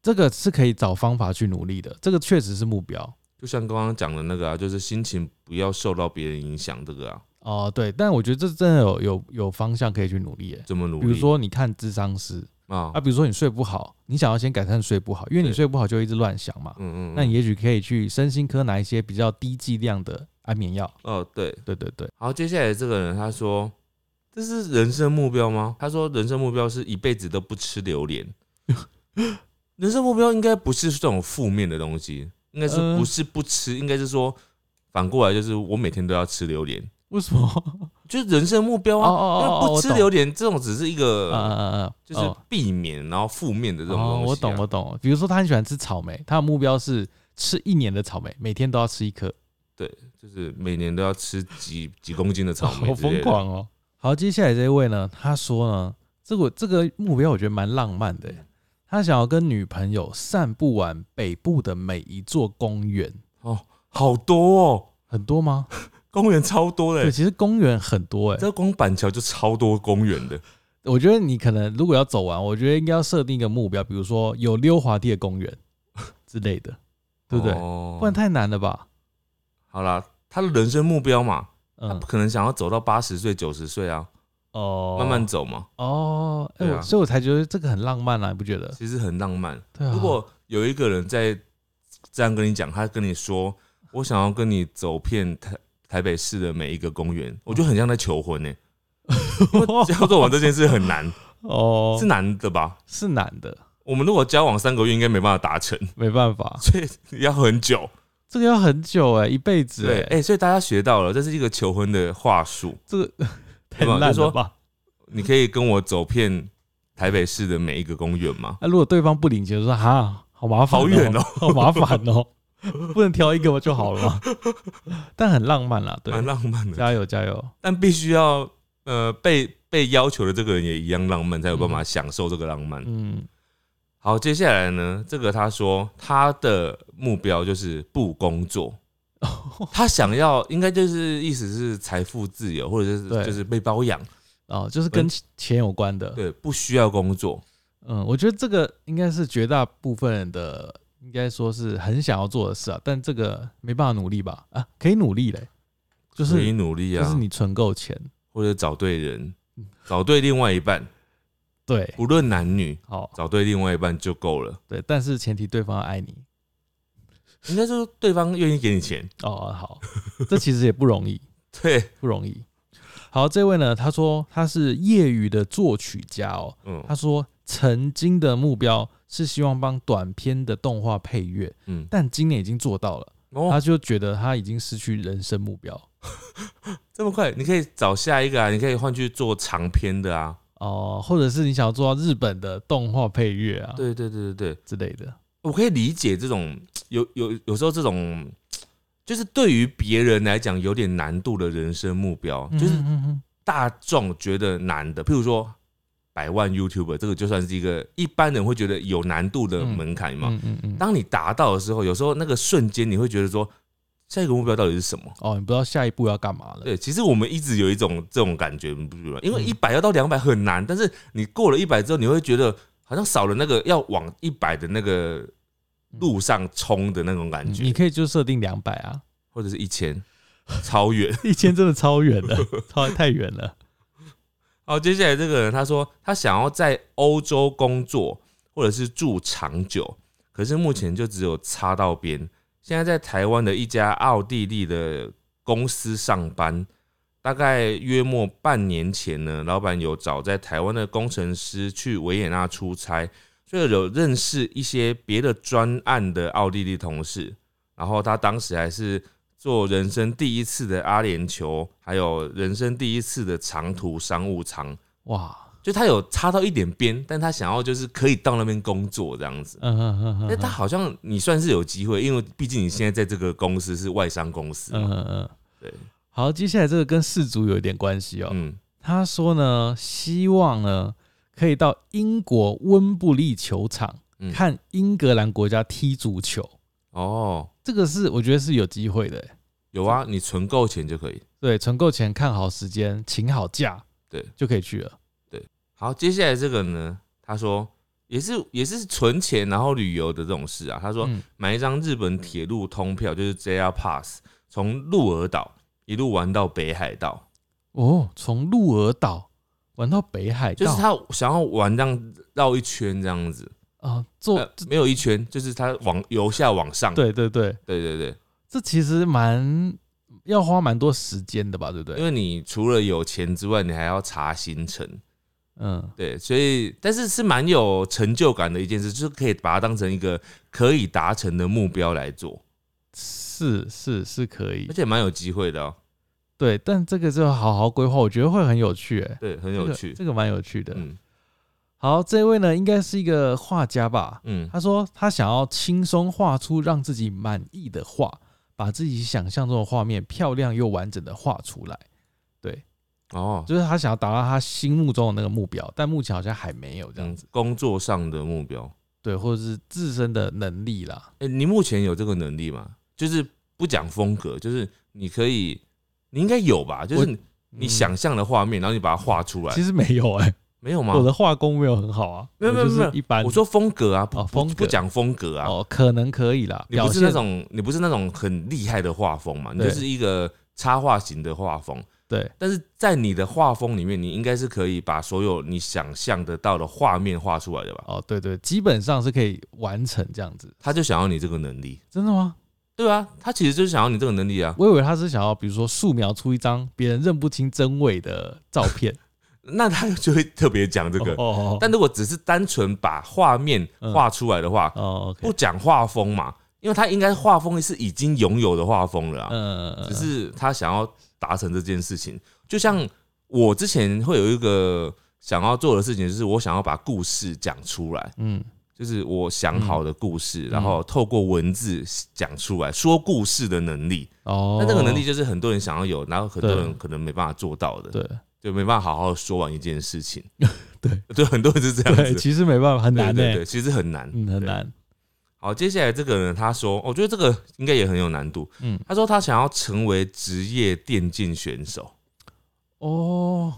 [SPEAKER 1] 这个是可以找方法去努力的，这个确实是目标。
[SPEAKER 2] 就像刚刚讲的那个啊，就是心情不要受到别人影响，这个啊，
[SPEAKER 1] 哦、对，但我觉得这真的有有有方向可以去努力耶。
[SPEAKER 2] 这么努
[SPEAKER 1] 比
[SPEAKER 2] 力。
[SPEAKER 1] 如说，你看智商师
[SPEAKER 2] 啊
[SPEAKER 1] 啊，，比如说你睡不好，你想要先改善睡不好，因为你
[SPEAKER 2] 对
[SPEAKER 1] 睡不好就一直乱想嘛。
[SPEAKER 2] 嗯嗯，
[SPEAKER 1] 那你也许可以去身心科拿一些比较低剂量的安眠药。
[SPEAKER 2] 哦对，
[SPEAKER 1] 对对对，
[SPEAKER 2] 好，接下来这个人他说：“这是人生目标吗？”他说：“人生目标是一辈子都不吃榴莲。 (laughs) 人生目标应该不是这种负面的东西，应该是
[SPEAKER 1] 呃
[SPEAKER 2] 不是不吃，应该是说反过来就是我每天都要吃榴莲，
[SPEAKER 1] 为什 (laughs) 么？
[SPEAKER 2] 就是人生目标
[SPEAKER 1] 哦哦哦
[SPEAKER 2] 啊。因为
[SPEAKER 1] 哦
[SPEAKER 2] 不
[SPEAKER 1] 我
[SPEAKER 2] 吃
[SPEAKER 1] 懂
[SPEAKER 2] 榴莲这种只是
[SPEAKER 1] 嗯
[SPEAKER 2] 一
[SPEAKER 1] 嗯
[SPEAKER 2] 个
[SPEAKER 1] 嗯嗯，
[SPEAKER 2] 就是
[SPEAKER 1] 哦
[SPEAKER 2] 避免然后负面的这种
[SPEAKER 1] 哦
[SPEAKER 2] 东西啊。
[SPEAKER 1] 我懂我懂。比如说他很喜欢吃草莓，他的目标是吃一年的草莓，每天都要吃一颗，
[SPEAKER 2] 就是每年都要吃几几公斤的草莓
[SPEAKER 1] 好
[SPEAKER 2] 之类
[SPEAKER 1] 疯
[SPEAKER 2] 的，
[SPEAKER 1] 狂哦。好，接下来这一位呢，他说呢，这个这个目标我觉得蛮浪漫的耶，他想要跟女朋友散步完北部的每一座公园，
[SPEAKER 2] 哦，好多哦，
[SPEAKER 1] 很多吗？
[SPEAKER 2] 公园超多欸
[SPEAKER 1] 对，
[SPEAKER 2] 嘞。”
[SPEAKER 1] 其实公园很多哎，
[SPEAKER 2] 这光板桥就超多公园的，
[SPEAKER 1] 我觉得你可能如果要走完，我觉得应该要设定一个目标，比如说有溜滑梯的公园之类的，对不对？
[SPEAKER 2] 哦
[SPEAKER 1] 不然太难了吧？
[SPEAKER 2] 好啦，他的人生目标嘛，他
[SPEAKER 1] 嗯，
[SPEAKER 2] 可能想要走到八十岁、九十岁啊，
[SPEAKER 1] 哦，
[SPEAKER 2] 慢慢走嘛，
[SPEAKER 1] 哦，哎、
[SPEAKER 2] 对
[SPEAKER 1] 我
[SPEAKER 2] 啊
[SPEAKER 1] 所以我才觉得这个很浪漫啊，你不觉得？
[SPEAKER 2] 其实很浪漫。
[SPEAKER 1] 对啊，
[SPEAKER 2] 如果有一个人在这样跟你讲，他跟你说：“我想要跟你走遍台台北市的每一个公
[SPEAKER 1] 哦
[SPEAKER 2] 园”，我觉得很像在求婚呢、
[SPEAKER 1] (laughs)
[SPEAKER 2] 要做完这件事很难，
[SPEAKER 1] 哦
[SPEAKER 2] 是难的吧？
[SPEAKER 1] 是难的，
[SPEAKER 2] 我们如果交往三个月，应该没办法达成，
[SPEAKER 1] 没办法，
[SPEAKER 2] 所以要很久。
[SPEAKER 1] 这个要很久哎、一辈子哎、
[SPEAKER 2] 对，哎、所以大家学到了，这是一个求婚的话术。
[SPEAKER 1] 这个 (laughs) 太
[SPEAKER 2] (laughs) 对吧就
[SPEAKER 1] 烂
[SPEAKER 2] 说
[SPEAKER 1] 了吧？啊
[SPEAKER 2] 你可以跟我走遍台北市的每一个公园吗？
[SPEAKER 1] 那、如果对方不领情，就说哈，好麻烦、
[SPEAKER 2] 好远哦，
[SPEAKER 1] (laughs) 好麻烦哦，不能挑一个就好了吗？ (laughs) 但很浪漫啦，对，啊
[SPEAKER 2] 蛮浪漫的。
[SPEAKER 1] 加油加油，
[SPEAKER 2] 但必须要呃被被要求的这个人也一样浪漫，才有办法享受这个浪漫。
[SPEAKER 1] 嗯， (laughs)
[SPEAKER 2] 好，接下来呢，这个他说他的目标就是不工作，他想要应该就是意思是财富自由，或者是
[SPEAKER 1] 对
[SPEAKER 2] 就是被包养，
[SPEAKER 1] 哦，就是跟钱有关的。
[SPEAKER 2] 对，不需要工作。
[SPEAKER 1] 嗯，我觉得这个应该是绝大部分人的，应该说是很想要做的事啊，但这个没办法努力吧？啊，可以努力嘞，就
[SPEAKER 2] 可以
[SPEAKER 1] 是
[SPEAKER 2] 努力
[SPEAKER 1] 就
[SPEAKER 2] 啊，
[SPEAKER 1] 是你存够钱，
[SPEAKER 2] 或者找对人
[SPEAKER 1] 嗯，
[SPEAKER 2] 找对另外一半，
[SPEAKER 1] 对，
[SPEAKER 2] 不论男女，
[SPEAKER 1] 好，
[SPEAKER 2] 找对另外一半就够了。
[SPEAKER 1] 对，但是前提对方要爱你
[SPEAKER 2] 应该说对方愿意给你钱，
[SPEAKER 1] 哦，好，这其实也不容易，
[SPEAKER 2] 对，
[SPEAKER 1] 不容易。好，这位呢，他说他是业余的作曲家哦，
[SPEAKER 2] 嗯
[SPEAKER 1] 他说曾经的目标是希望帮短片的动画配乐，
[SPEAKER 2] 嗯，
[SPEAKER 1] 但今年已经做到了。
[SPEAKER 2] 哦
[SPEAKER 1] 他，就觉得他已经失去人生目标
[SPEAKER 2] 这么快，你可以找下一个啊，你可以换去做长篇的啊。
[SPEAKER 1] 哦、或者是你想要做到日本的动画配乐啊，
[SPEAKER 2] 对对对对对，
[SPEAKER 1] 之类的，
[SPEAKER 2] 我可以理解这种有有有时候这种，就是对于别人来讲有点难度的人生目标，哦就是
[SPEAKER 1] 嗯嗯嗯
[SPEAKER 2] 大众觉得难的，譬如说百万 YouTuber，这个就算是一个一般人会觉得有难度的门槛嘛。
[SPEAKER 1] 嗯嗯嗯嗯，
[SPEAKER 2] 当你达到的时候，有时候那个瞬间你会觉得说，下一个目标到底是什么？
[SPEAKER 1] 哦，你不知道下一步要干嘛了，
[SPEAKER 2] 对，其实我们一直有一种这种感觉，你不觉得吗？因为
[SPEAKER 1] 嗯
[SPEAKER 2] 一百要到两百很难，但是你过了一百之后，你会觉得好像少了那个要往一百的那个路上冲的那种感
[SPEAKER 1] 嗯
[SPEAKER 2] 觉，
[SPEAKER 1] 你可以就设定两百啊， (laughs)
[SPEAKER 2] 或者是一千，超远。
[SPEAKER 1] 一千真的超远了，超太远了。
[SPEAKER 2] 好，哦接下来这个人他说他想要在欧洲工作或者是住长久，可是目前就只有擦到边。现在在台湾的一家奥地利的公司上班，大概约莫半年前呢，老板有找在台湾的工程师去维也纳出差，所以有认识一些别的专案的奥地利同事。然后他当时还是做人生第一次的阿联酋，还有人生第一次的长途商务舱，
[SPEAKER 1] 哇，
[SPEAKER 2] 就他有插到一点边，但他想要就是可以到那边工作这样子。
[SPEAKER 1] 嗯嗯嗯嗯，
[SPEAKER 2] 但他好像你算是有机会，因为毕竟你现在在这个公司是外商公司
[SPEAKER 1] 嗯
[SPEAKER 2] 嘛，
[SPEAKER 1] 嗯嗯，
[SPEAKER 2] 对，
[SPEAKER 1] 好，接下来这个跟氏族有一点关系哦。
[SPEAKER 2] 嗯，
[SPEAKER 1] 他说呢，希望呢可以到英国温布利球场、
[SPEAKER 2] 嗯
[SPEAKER 1] 看英格兰国家踢足球，
[SPEAKER 2] 哦，
[SPEAKER 1] 这个是我觉得是有机会的欸。
[SPEAKER 2] 有啊，你存够钱就可以。
[SPEAKER 1] 对，存够钱，看好时间，请好假，
[SPEAKER 2] 对，
[SPEAKER 1] 就可以去了。
[SPEAKER 2] 好，接下来这个呢，他说也是也是存钱然后旅游的这种事啊，他说
[SPEAKER 1] 嗯
[SPEAKER 2] 买一张日本铁路通票，就是 JR Pass，从鹿儿岛一路玩到北海道，
[SPEAKER 1] 哦，从鹿儿岛玩到北海道，
[SPEAKER 2] 就是他想要玩这样绕一圈这样子，
[SPEAKER 1] 啊，坐、
[SPEAKER 2] 呃没有一圈，就是他往由下往上，
[SPEAKER 1] 对对对，
[SPEAKER 2] 对对对，
[SPEAKER 1] 这其实蛮要花蛮多时间的吧，对不
[SPEAKER 2] 因
[SPEAKER 1] 对？
[SPEAKER 2] 为你除了有钱之外，你还要查行程，
[SPEAKER 1] 嗯，
[SPEAKER 2] 对，所以但是是蛮有成就感的一件事，就是可以把它当成一个可以达成的目标来做，
[SPEAKER 1] 是是是可以
[SPEAKER 2] 而，且蛮有机会的哦、
[SPEAKER 1] 对，但这个就要好好规划，我觉得会很有趣、欸，
[SPEAKER 2] 对，很
[SPEAKER 1] 很
[SPEAKER 2] 有趣
[SPEAKER 1] 这，个蛮、有趣的。
[SPEAKER 2] 嗯
[SPEAKER 1] 好，这位呢应该是一个画家吧？
[SPEAKER 2] 嗯，
[SPEAKER 1] 他说他想要轻松画出让自己满意的画，把自己想象中的画面漂亮又完整的画出来，
[SPEAKER 2] 哦，
[SPEAKER 1] 就是他想要达到他心目中的那个目标，但目前好像还没有这
[SPEAKER 2] 这
[SPEAKER 1] 样
[SPEAKER 2] 样
[SPEAKER 1] 子。
[SPEAKER 2] 子，工作上的目标，
[SPEAKER 1] 对，或者是自身的能力啦。
[SPEAKER 2] 哎、你目前有这个能力吗？就是不讲风格，就是你可以，你应该有吧？就
[SPEAKER 1] 我
[SPEAKER 2] 是你你
[SPEAKER 1] 嗯
[SPEAKER 2] 想象的画面，然后你把它画出来
[SPEAKER 1] 其，实没有哎、
[SPEAKER 2] 没有吗？
[SPEAKER 1] 我的画工没有很好啊，
[SPEAKER 2] 没有
[SPEAKER 1] 我
[SPEAKER 2] 没有
[SPEAKER 1] 就
[SPEAKER 2] 没
[SPEAKER 1] 是
[SPEAKER 2] 有
[SPEAKER 1] 一般。
[SPEAKER 2] 我说风格啊，不
[SPEAKER 1] 哦
[SPEAKER 2] 不
[SPEAKER 1] 风格
[SPEAKER 2] 不讲风格啊，
[SPEAKER 1] 哦，可能可以啦，
[SPEAKER 2] 你不
[SPEAKER 1] 表
[SPEAKER 2] 是
[SPEAKER 1] 现
[SPEAKER 2] 那种你不是那种很厉害的画风嘛，你
[SPEAKER 1] 对
[SPEAKER 2] 就是一个插画型的画风。
[SPEAKER 1] 对
[SPEAKER 2] 但是在你的画风里面，你应该是可以把所有你想象得到的画面画出来的吧？
[SPEAKER 1] 哦，对对，基本上是可以完成这样子。
[SPEAKER 2] 他就想要你这个能力，
[SPEAKER 1] 真的吗？
[SPEAKER 2] 对啊，他其实就是想要你这个能力啊。
[SPEAKER 1] 我以为他是想要，比如说素描出一张别人认不清真伪的照片。
[SPEAKER 2] 那他就会特别 (laughs) 讲这个。
[SPEAKER 1] 哦，
[SPEAKER 2] 但如果只是单纯把画面画出来的话，
[SPEAKER 1] 哦
[SPEAKER 2] 不
[SPEAKER 1] ，OK，
[SPEAKER 2] 讲画风嘛，因为他应该画风是已经拥有的画风了啊。
[SPEAKER 1] 嗯，
[SPEAKER 2] 只是他想要达成这件事情。就像我之前会有一个想要做的事情，就是我想要把故事讲出来，
[SPEAKER 1] 嗯
[SPEAKER 2] 就是我想好的故事，
[SPEAKER 1] 嗯
[SPEAKER 2] 然后透过文字讲出来，说故事的能力。
[SPEAKER 1] 哦，
[SPEAKER 2] 那这个能力就是很多人想要有，然后很多
[SPEAKER 1] 对
[SPEAKER 2] 人可能没办法做到的，
[SPEAKER 1] 对
[SPEAKER 2] 就没办法好好说完一件事情。
[SPEAKER 1] (laughs) 对
[SPEAKER 2] 对，很多人 (laughs) 是这样
[SPEAKER 1] 对，
[SPEAKER 2] 子，
[SPEAKER 1] 其实没办法，很
[SPEAKER 2] 对
[SPEAKER 1] 难
[SPEAKER 2] 对
[SPEAKER 1] 呢，
[SPEAKER 2] 对，其实很难，
[SPEAKER 1] 嗯，很
[SPEAKER 2] 对
[SPEAKER 1] 难，
[SPEAKER 2] 好，接下来这个人他说，我觉得这个应该也很有难度。
[SPEAKER 1] 嗯，
[SPEAKER 2] 他说他想要成为职业电竞选手。
[SPEAKER 1] 哦，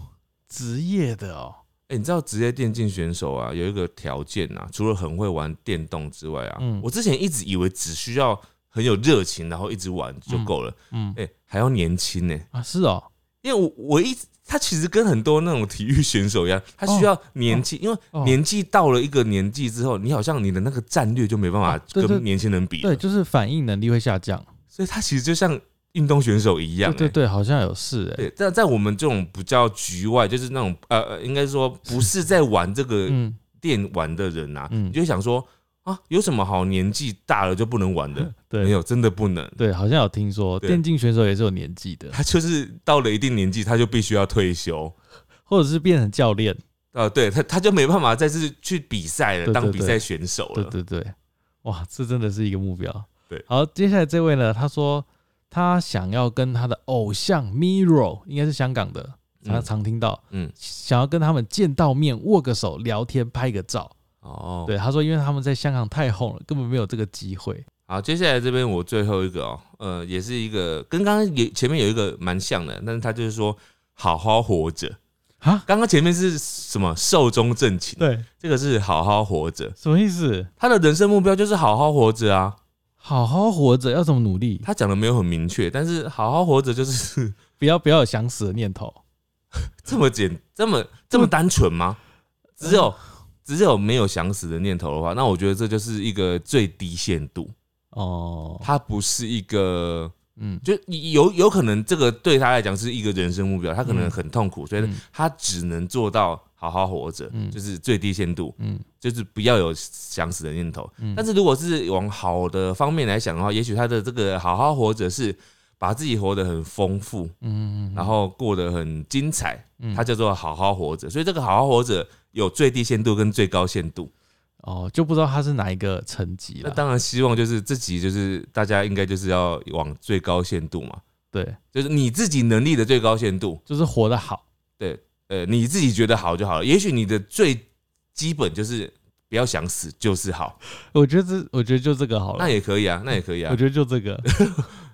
[SPEAKER 1] 职业的哦，
[SPEAKER 2] 哎、你知道职业电竞选手啊有一个条件啊，除了很会玩电动之外啊，
[SPEAKER 1] 嗯
[SPEAKER 2] 我之前一直以为只需要很有热情，然后一直玩就够了。
[SPEAKER 1] 嗯
[SPEAKER 2] 哎、还要年轻呢、
[SPEAKER 1] 啊，是哦，
[SPEAKER 2] 因为我我一直他其实跟很多那种体育选手一样，他需要年纪，因
[SPEAKER 1] 哦
[SPEAKER 2] 为年纪到了一个年纪之后，你好像你的那个战略就没办
[SPEAKER 1] 哦
[SPEAKER 2] 法
[SPEAKER 1] 对对
[SPEAKER 2] 跟年轻人比了，
[SPEAKER 1] 对，就是反应能力会下降，
[SPEAKER 2] 所以他其实就像运动选手一样、
[SPEAKER 1] 对
[SPEAKER 2] 欸。
[SPEAKER 1] 对对，好像有事哎，
[SPEAKER 2] 对，但在我们这种比较局外，就是那种呃，呃应该说不是在玩这个
[SPEAKER 1] 嗯
[SPEAKER 2] 电玩的人啊，
[SPEAKER 1] 嗯
[SPEAKER 2] 你就会想说啊，有什么好年纪大了就不能玩的？没
[SPEAKER 1] (laughs) 对
[SPEAKER 2] 有，真的不能。
[SPEAKER 1] 对，好像有听说
[SPEAKER 2] 对
[SPEAKER 1] 电竞选手也是有年纪的，
[SPEAKER 2] 他就是到了一定年纪，他就必须要退休。
[SPEAKER 1] 或者是变成教练，
[SPEAKER 2] 呃，对他，他就没办法再次去比赛了，
[SPEAKER 1] 对对
[SPEAKER 2] 当比赛选手
[SPEAKER 1] 对
[SPEAKER 2] 了。
[SPEAKER 1] 对对，哇，这真的是一个目标。
[SPEAKER 2] 对
[SPEAKER 1] 好，接下来这位呢，他说他想要跟他的偶像 Miro，应该是香港的，常
[SPEAKER 2] 嗯
[SPEAKER 1] 常听到，
[SPEAKER 2] 嗯，
[SPEAKER 1] 想要跟他们见到面、握个手、聊天、拍个照。
[SPEAKER 2] 哦，
[SPEAKER 1] 对，他说因为他们在香港太红了，根本没有这个机会。
[SPEAKER 2] 好，接下来这边我最后一个哦，呃，也是一个跟刚刚也前面有一个蛮像的，但是他就是说好好活着。
[SPEAKER 1] 啊，
[SPEAKER 2] 刚刚前面是什么寿终正啊寝，
[SPEAKER 1] 好好活着要怎么努力？
[SPEAKER 2] 他讲的没有很明确，但是好好活着就是 (laughs)
[SPEAKER 1] 不要不要有想死的念头。
[SPEAKER 2] 这么简这么这
[SPEAKER 1] 嗯
[SPEAKER 2] 么单纯吗？只有只有没有想死的念头的话，那我觉得这就是一个最低限度，
[SPEAKER 1] 哦，
[SPEAKER 2] 它不是一个。
[SPEAKER 1] 嗯，
[SPEAKER 2] 就有有可能这个对他来讲是一个人生目标，他可能
[SPEAKER 1] 嗯
[SPEAKER 2] 很痛苦，所以
[SPEAKER 1] 嗯
[SPEAKER 2] 他只能做到好好活着，
[SPEAKER 1] 嗯
[SPEAKER 2] 就是最低限度，
[SPEAKER 1] 嗯
[SPEAKER 2] 就是不要有想死的念头。
[SPEAKER 1] 嗯，
[SPEAKER 2] 但是如果是往好的方面来想的话，也许他的这个好好活着是把自己活得很丰富，
[SPEAKER 1] 嗯，嗯嗯，
[SPEAKER 2] 然后过得很精彩，
[SPEAKER 1] 嗯
[SPEAKER 2] 它叫做好好活着。所以这个好好活着有最低限度跟最高限度。
[SPEAKER 1] 哦，就不知道他是哪一个层级
[SPEAKER 2] 那
[SPEAKER 1] 了。
[SPEAKER 2] 当然希望就是这集就是大家应该就是要往最高限度嘛，
[SPEAKER 1] 对，
[SPEAKER 2] 就是你自己能力的最高限度。
[SPEAKER 1] 就是活得好。
[SPEAKER 2] 呃，你自己觉得好就好了。也许你的最基本就是不要想死，就是好，
[SPEAKER 1] 我觉得这，我觉得就这个好了
[SPEAKER 2] 那。也可以啊，那也可以啊
[SPEAKER 1] 我。觉得就这
[SPEAKER 2] (laughs)
[SPEAKER 1] 个，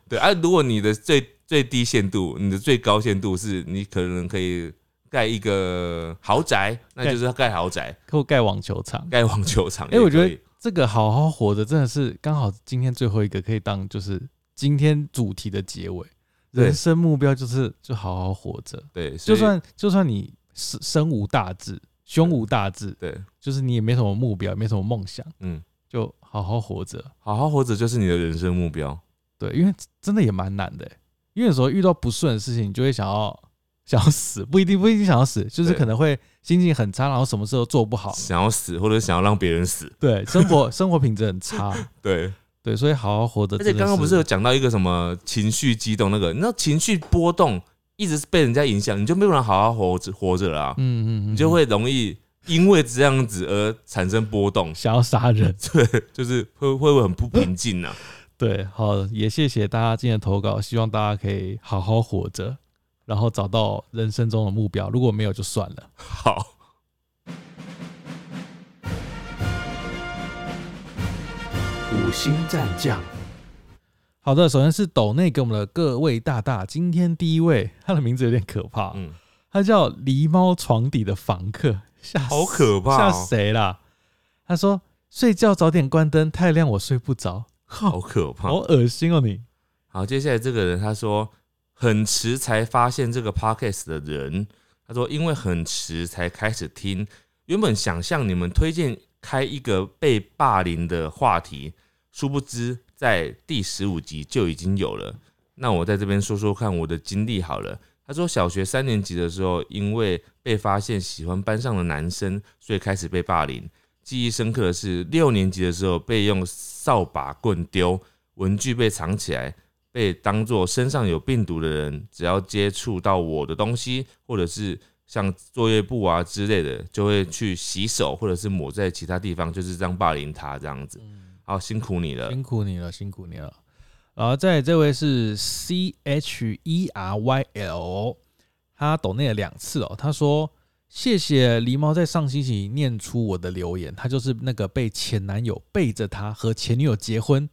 [SPEAKER 2] 对啊，如果你的最最低限度，你的最高限度是你可能可以盖一个豪宅，那就是要盖豪宅，
[SPEAKER 1] 给我盖网球场。
[SPEAKER 2] 盖网球场
[SPEAKER 1] 哎、
[SPEAKER 2] 也可以。
[SPEAKER 1] 我觉得这个好好活着真的是刚好今天最后一个可以当就是今天主题的结尾。
[SPEAKER 2] 对
[SPEAKER 1] 人生目标就是就好好活着，
[SPEAKER 2] 对，所
[SPEAKER 1] 就
[SPEAKER 2] 以
[SPEAKER 1] 算就算你身身无大志，胸无大志，
[SPEAKER 2] 嗯对，
[SPEAKER 1] 就是你也没什么目标，也没什么梦想，
[SPEAKER 2] 嗯，
[SPEAKER 1] 就好好活着。
[SPEAKER 2] 好好活着就是你的人生目标。
[SPEAKER 1] 对，因为真的也蛮难的欸、因为有时候遇到不顺的事情，你就会想要想要死，不一定不一定想要死，就是
[SPEAKER 2] 对
[SPEAKER 1] 可能会心情很差，然后什么事都做不好。
[SPEAKER 2] 想要死，或者想要让别人死，
[SPEAKER 1] 对，生活 (laughs) 生活品质很差。
[SPEAKER 2] 对。
[SPEAKER 1] 对，所以好好活着
[SPEAKER 2] 而
[SPEAKER 1] 真的。嗯
[SPEAKER 2] 且刚刚不是有讲到一个什么情绪激动那个，你知道情绪波动一直被人家影响，你就没有人好好活着活着了啊。
[SPEAKER 1] 嗯嗯嗯，
[SPEAKER 2] 你就会容易因为这样子而产生波动，
[SPEAKER 1] 想要杀人。 (laughs)
[SPEAKER 2] 就是会会会很不平静啊。
[SPEAKER 1] 对，好，也谢谢大家今天的投稿，希望大家可以好好活着，然后找到人生中的目标。如果没有就算了。
[SPEAKER 2] 好，
[SPEAKER 3] 五星战将，
[SPEAKER 1] 好的，首先是斗内给我们的各位大大，今天第一位，他的名字有点可怕，
[SPEAKER 2] 嗯，
[SPEAKER 1] 他叫狸猫床底的房客，吓死
[SPEAKER 2] 好可怕、
[SPEAKER 1] 吓
[SPEAKER 2] 哦，
[SPEAKER 1] 谁啦？他说睡觉早点关灯，太亮我睡不着，
[SPEAKER 2] 好可怕
[SPEAKER 1] 好。恶心哦你。
[SPEAKER 2] 好，接下来这个人他说很迟才发现这个 podcast 的人，他说因为很迟才开始听，原本想向你们推荐开一个被霸凌的话题，殊不知在第十五集就已经有了。那我在这边说说看我的经历好了。他说小学三年级的时候，因为被发现喜欢班上的男生，所以开始被霸凌。记忆深刻的是六年级的时候被用扫把棍丢，文具被藏起来，被当作身上有病毒的人，只要接触到我的东西，或者是像作业簿啊之类的，就会去洗手，或者是抹在其他地方，就是这样霸凌他这样子。好，辛苦你了。
[SPEAKER 1] 嗯辛苦你了，辛苦你了。然后再来这位是 C H E R Y L，他哦抖内了两次哦。他说谢谢狸猫在上星期念出我的留言，他就是那个被前男友背着他和前女友结婚，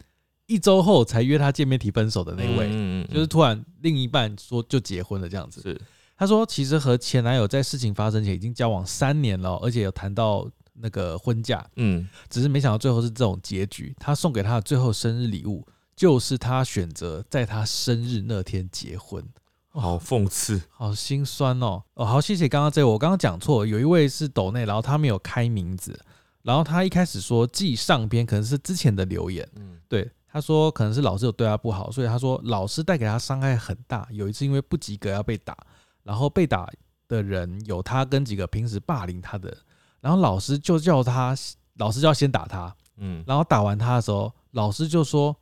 [SPEAKER 1] 一周后才约他见面提分手的那位，
[SPEAKER 2] 嗯嗯
[SPEAKER 1] 就是突然另一半说就结婚了这样子。
[SPEAKER 2] 是
[SPEAKER 1] 他说，其实和前男友在事情发生前已经交往三年了哦，而且有谈到那个婚嫁，
[SPEAKER 2] 嗯
[SPEAKER 1] 只是没想到最后是这种结局。他送给他的最后生日礼物，就是他选择在他生日那天结婚，
[SPEAKER 2] 好讽刺，
[SPEAKER 1] 哦好心酸哦。哦，好，谢谢刚刚这位，我刚刚讲错，有一位是斗内，然后他没有开名字，然后他一开始说记上边可能是之前的留言，
[SPEAKER 2] 嗯
[SPEAKER 1] 对。他说可能是老师有对他不好，所以他说老师带给他伤害很大。有一次因为不及格要被打，然后被打的人有他跟几个平时霸凌他的人，然后老师就叫他，老师就要先打他，
[SPEAKER 2] 嗯，
[SPEAKER 1] 然后打完他的时候，老师就说：“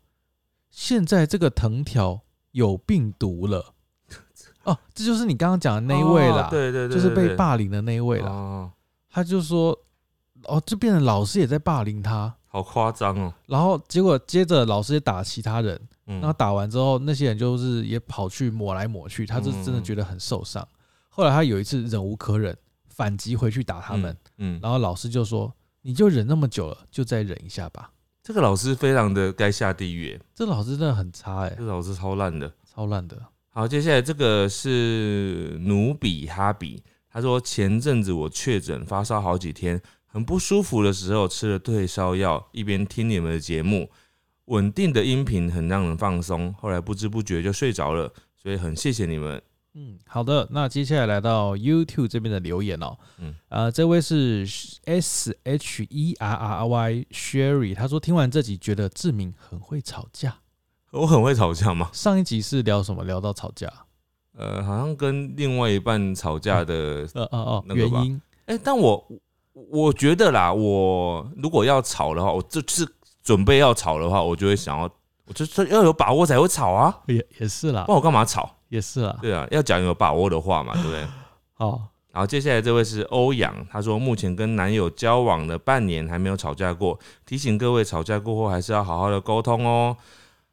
[SPEAKER 1] 现在这个藤条有病毒
[SPEAKER 2] (laughs)
[SPEAKER 1] 了。”哦，这就是你刚刚讲的那一位啦，
[SPEAKER 2] 哦对对对，
[SPEAKER 1] 就是被霸凌的那一位
[SPEAKER 2] 凌
[SPEAKER 1] 啦。
[SPEAKER 2] 哦，
[SPEAKER 1] 他就说：“哦，就变成老师也在霸凌他。
[SPEAKER 2] 好夸张哦”，
[SPEAKER 1] 然后结果接着老师也打其他人，
[SPEAKER 2] 嗯
[SPEAKER 1] 然后打完之后，那些人就是也跑去抹来抹去，他就真的觉得很受伤。后来他有一次忍无可忍，反击回去打他们，，
[SPEAKER 2] 嗯，嗯
[SPEAKER 1] 然后老师就说：“你就忍那么久了，就再忍一下吧。”
[SPEAKER 2] 这个老师非常的该下地狱，
[SPEAKER 1] 这老师真的很差哎、
[SPEAKER 2] 这个老师超烂的。
[SPEAKER 1] 超烂的。
[SPEAKER 2] 好，接下来这个是努比哈比，他说前阵子我确诊发烧好几天，很不舒服的时候吃了退烧药，一边听你们的节目，稳定的音频很让人放松，后来不知不觉就睡着了，所以很谢谢你们。
[SPEAKER 1] 嗯，好的，那接下来来到 YouTube 这边的留言哦。嗯
[SPEAKER 2] 嗯，
[SPEAKER 1] 呃，这位是 S H E R R Y Sherry，他说听完这集觉得志明很会吵架。
[SPEAKER 2] 我很会吵架吗？
[SPEAKER 1] 上一集是聊什么？聊到吵架。
[SPEAKER 2] 呃，好像跟另外一半吵架的，
[SPEAKER 1] 呃哦哦，
[SPEAKER 2] 那
[SPEAKER 1] 原
[SPEAKER 2] 个吧
[SPEAKER 1] 因。
[SPEAKER 2] 哎、但我我觉得啦，我如果要吵的话，我这次准备要吵的话，我就会想要，我就是要有把握才会吵啊，
[SPEAKER 1] 也也是啦
[SPEAKER 2] 不，然我干嘛吵？
[SPEAKER 1] 也是啦。
[SPEAKER 2] 对啊，要讲有把握的话嘛，对不对？
[SPEAKER 1] 好，
[SPEAKER 2] 然后接下来这位是欧阳，他说目前跟男友交往了半年，还没有吵架过。提醒各位，吵架过后还是要好好的沟通哦。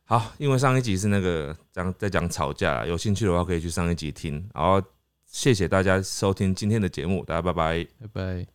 [SPEAKER 2] 好，因为上一集是那个讲在讲吵架啦，有兴趣的话可以去上一集听。然后谢谢大家收听今天的节目，大家拜拜。
[SPEAKER 1] 拜拜。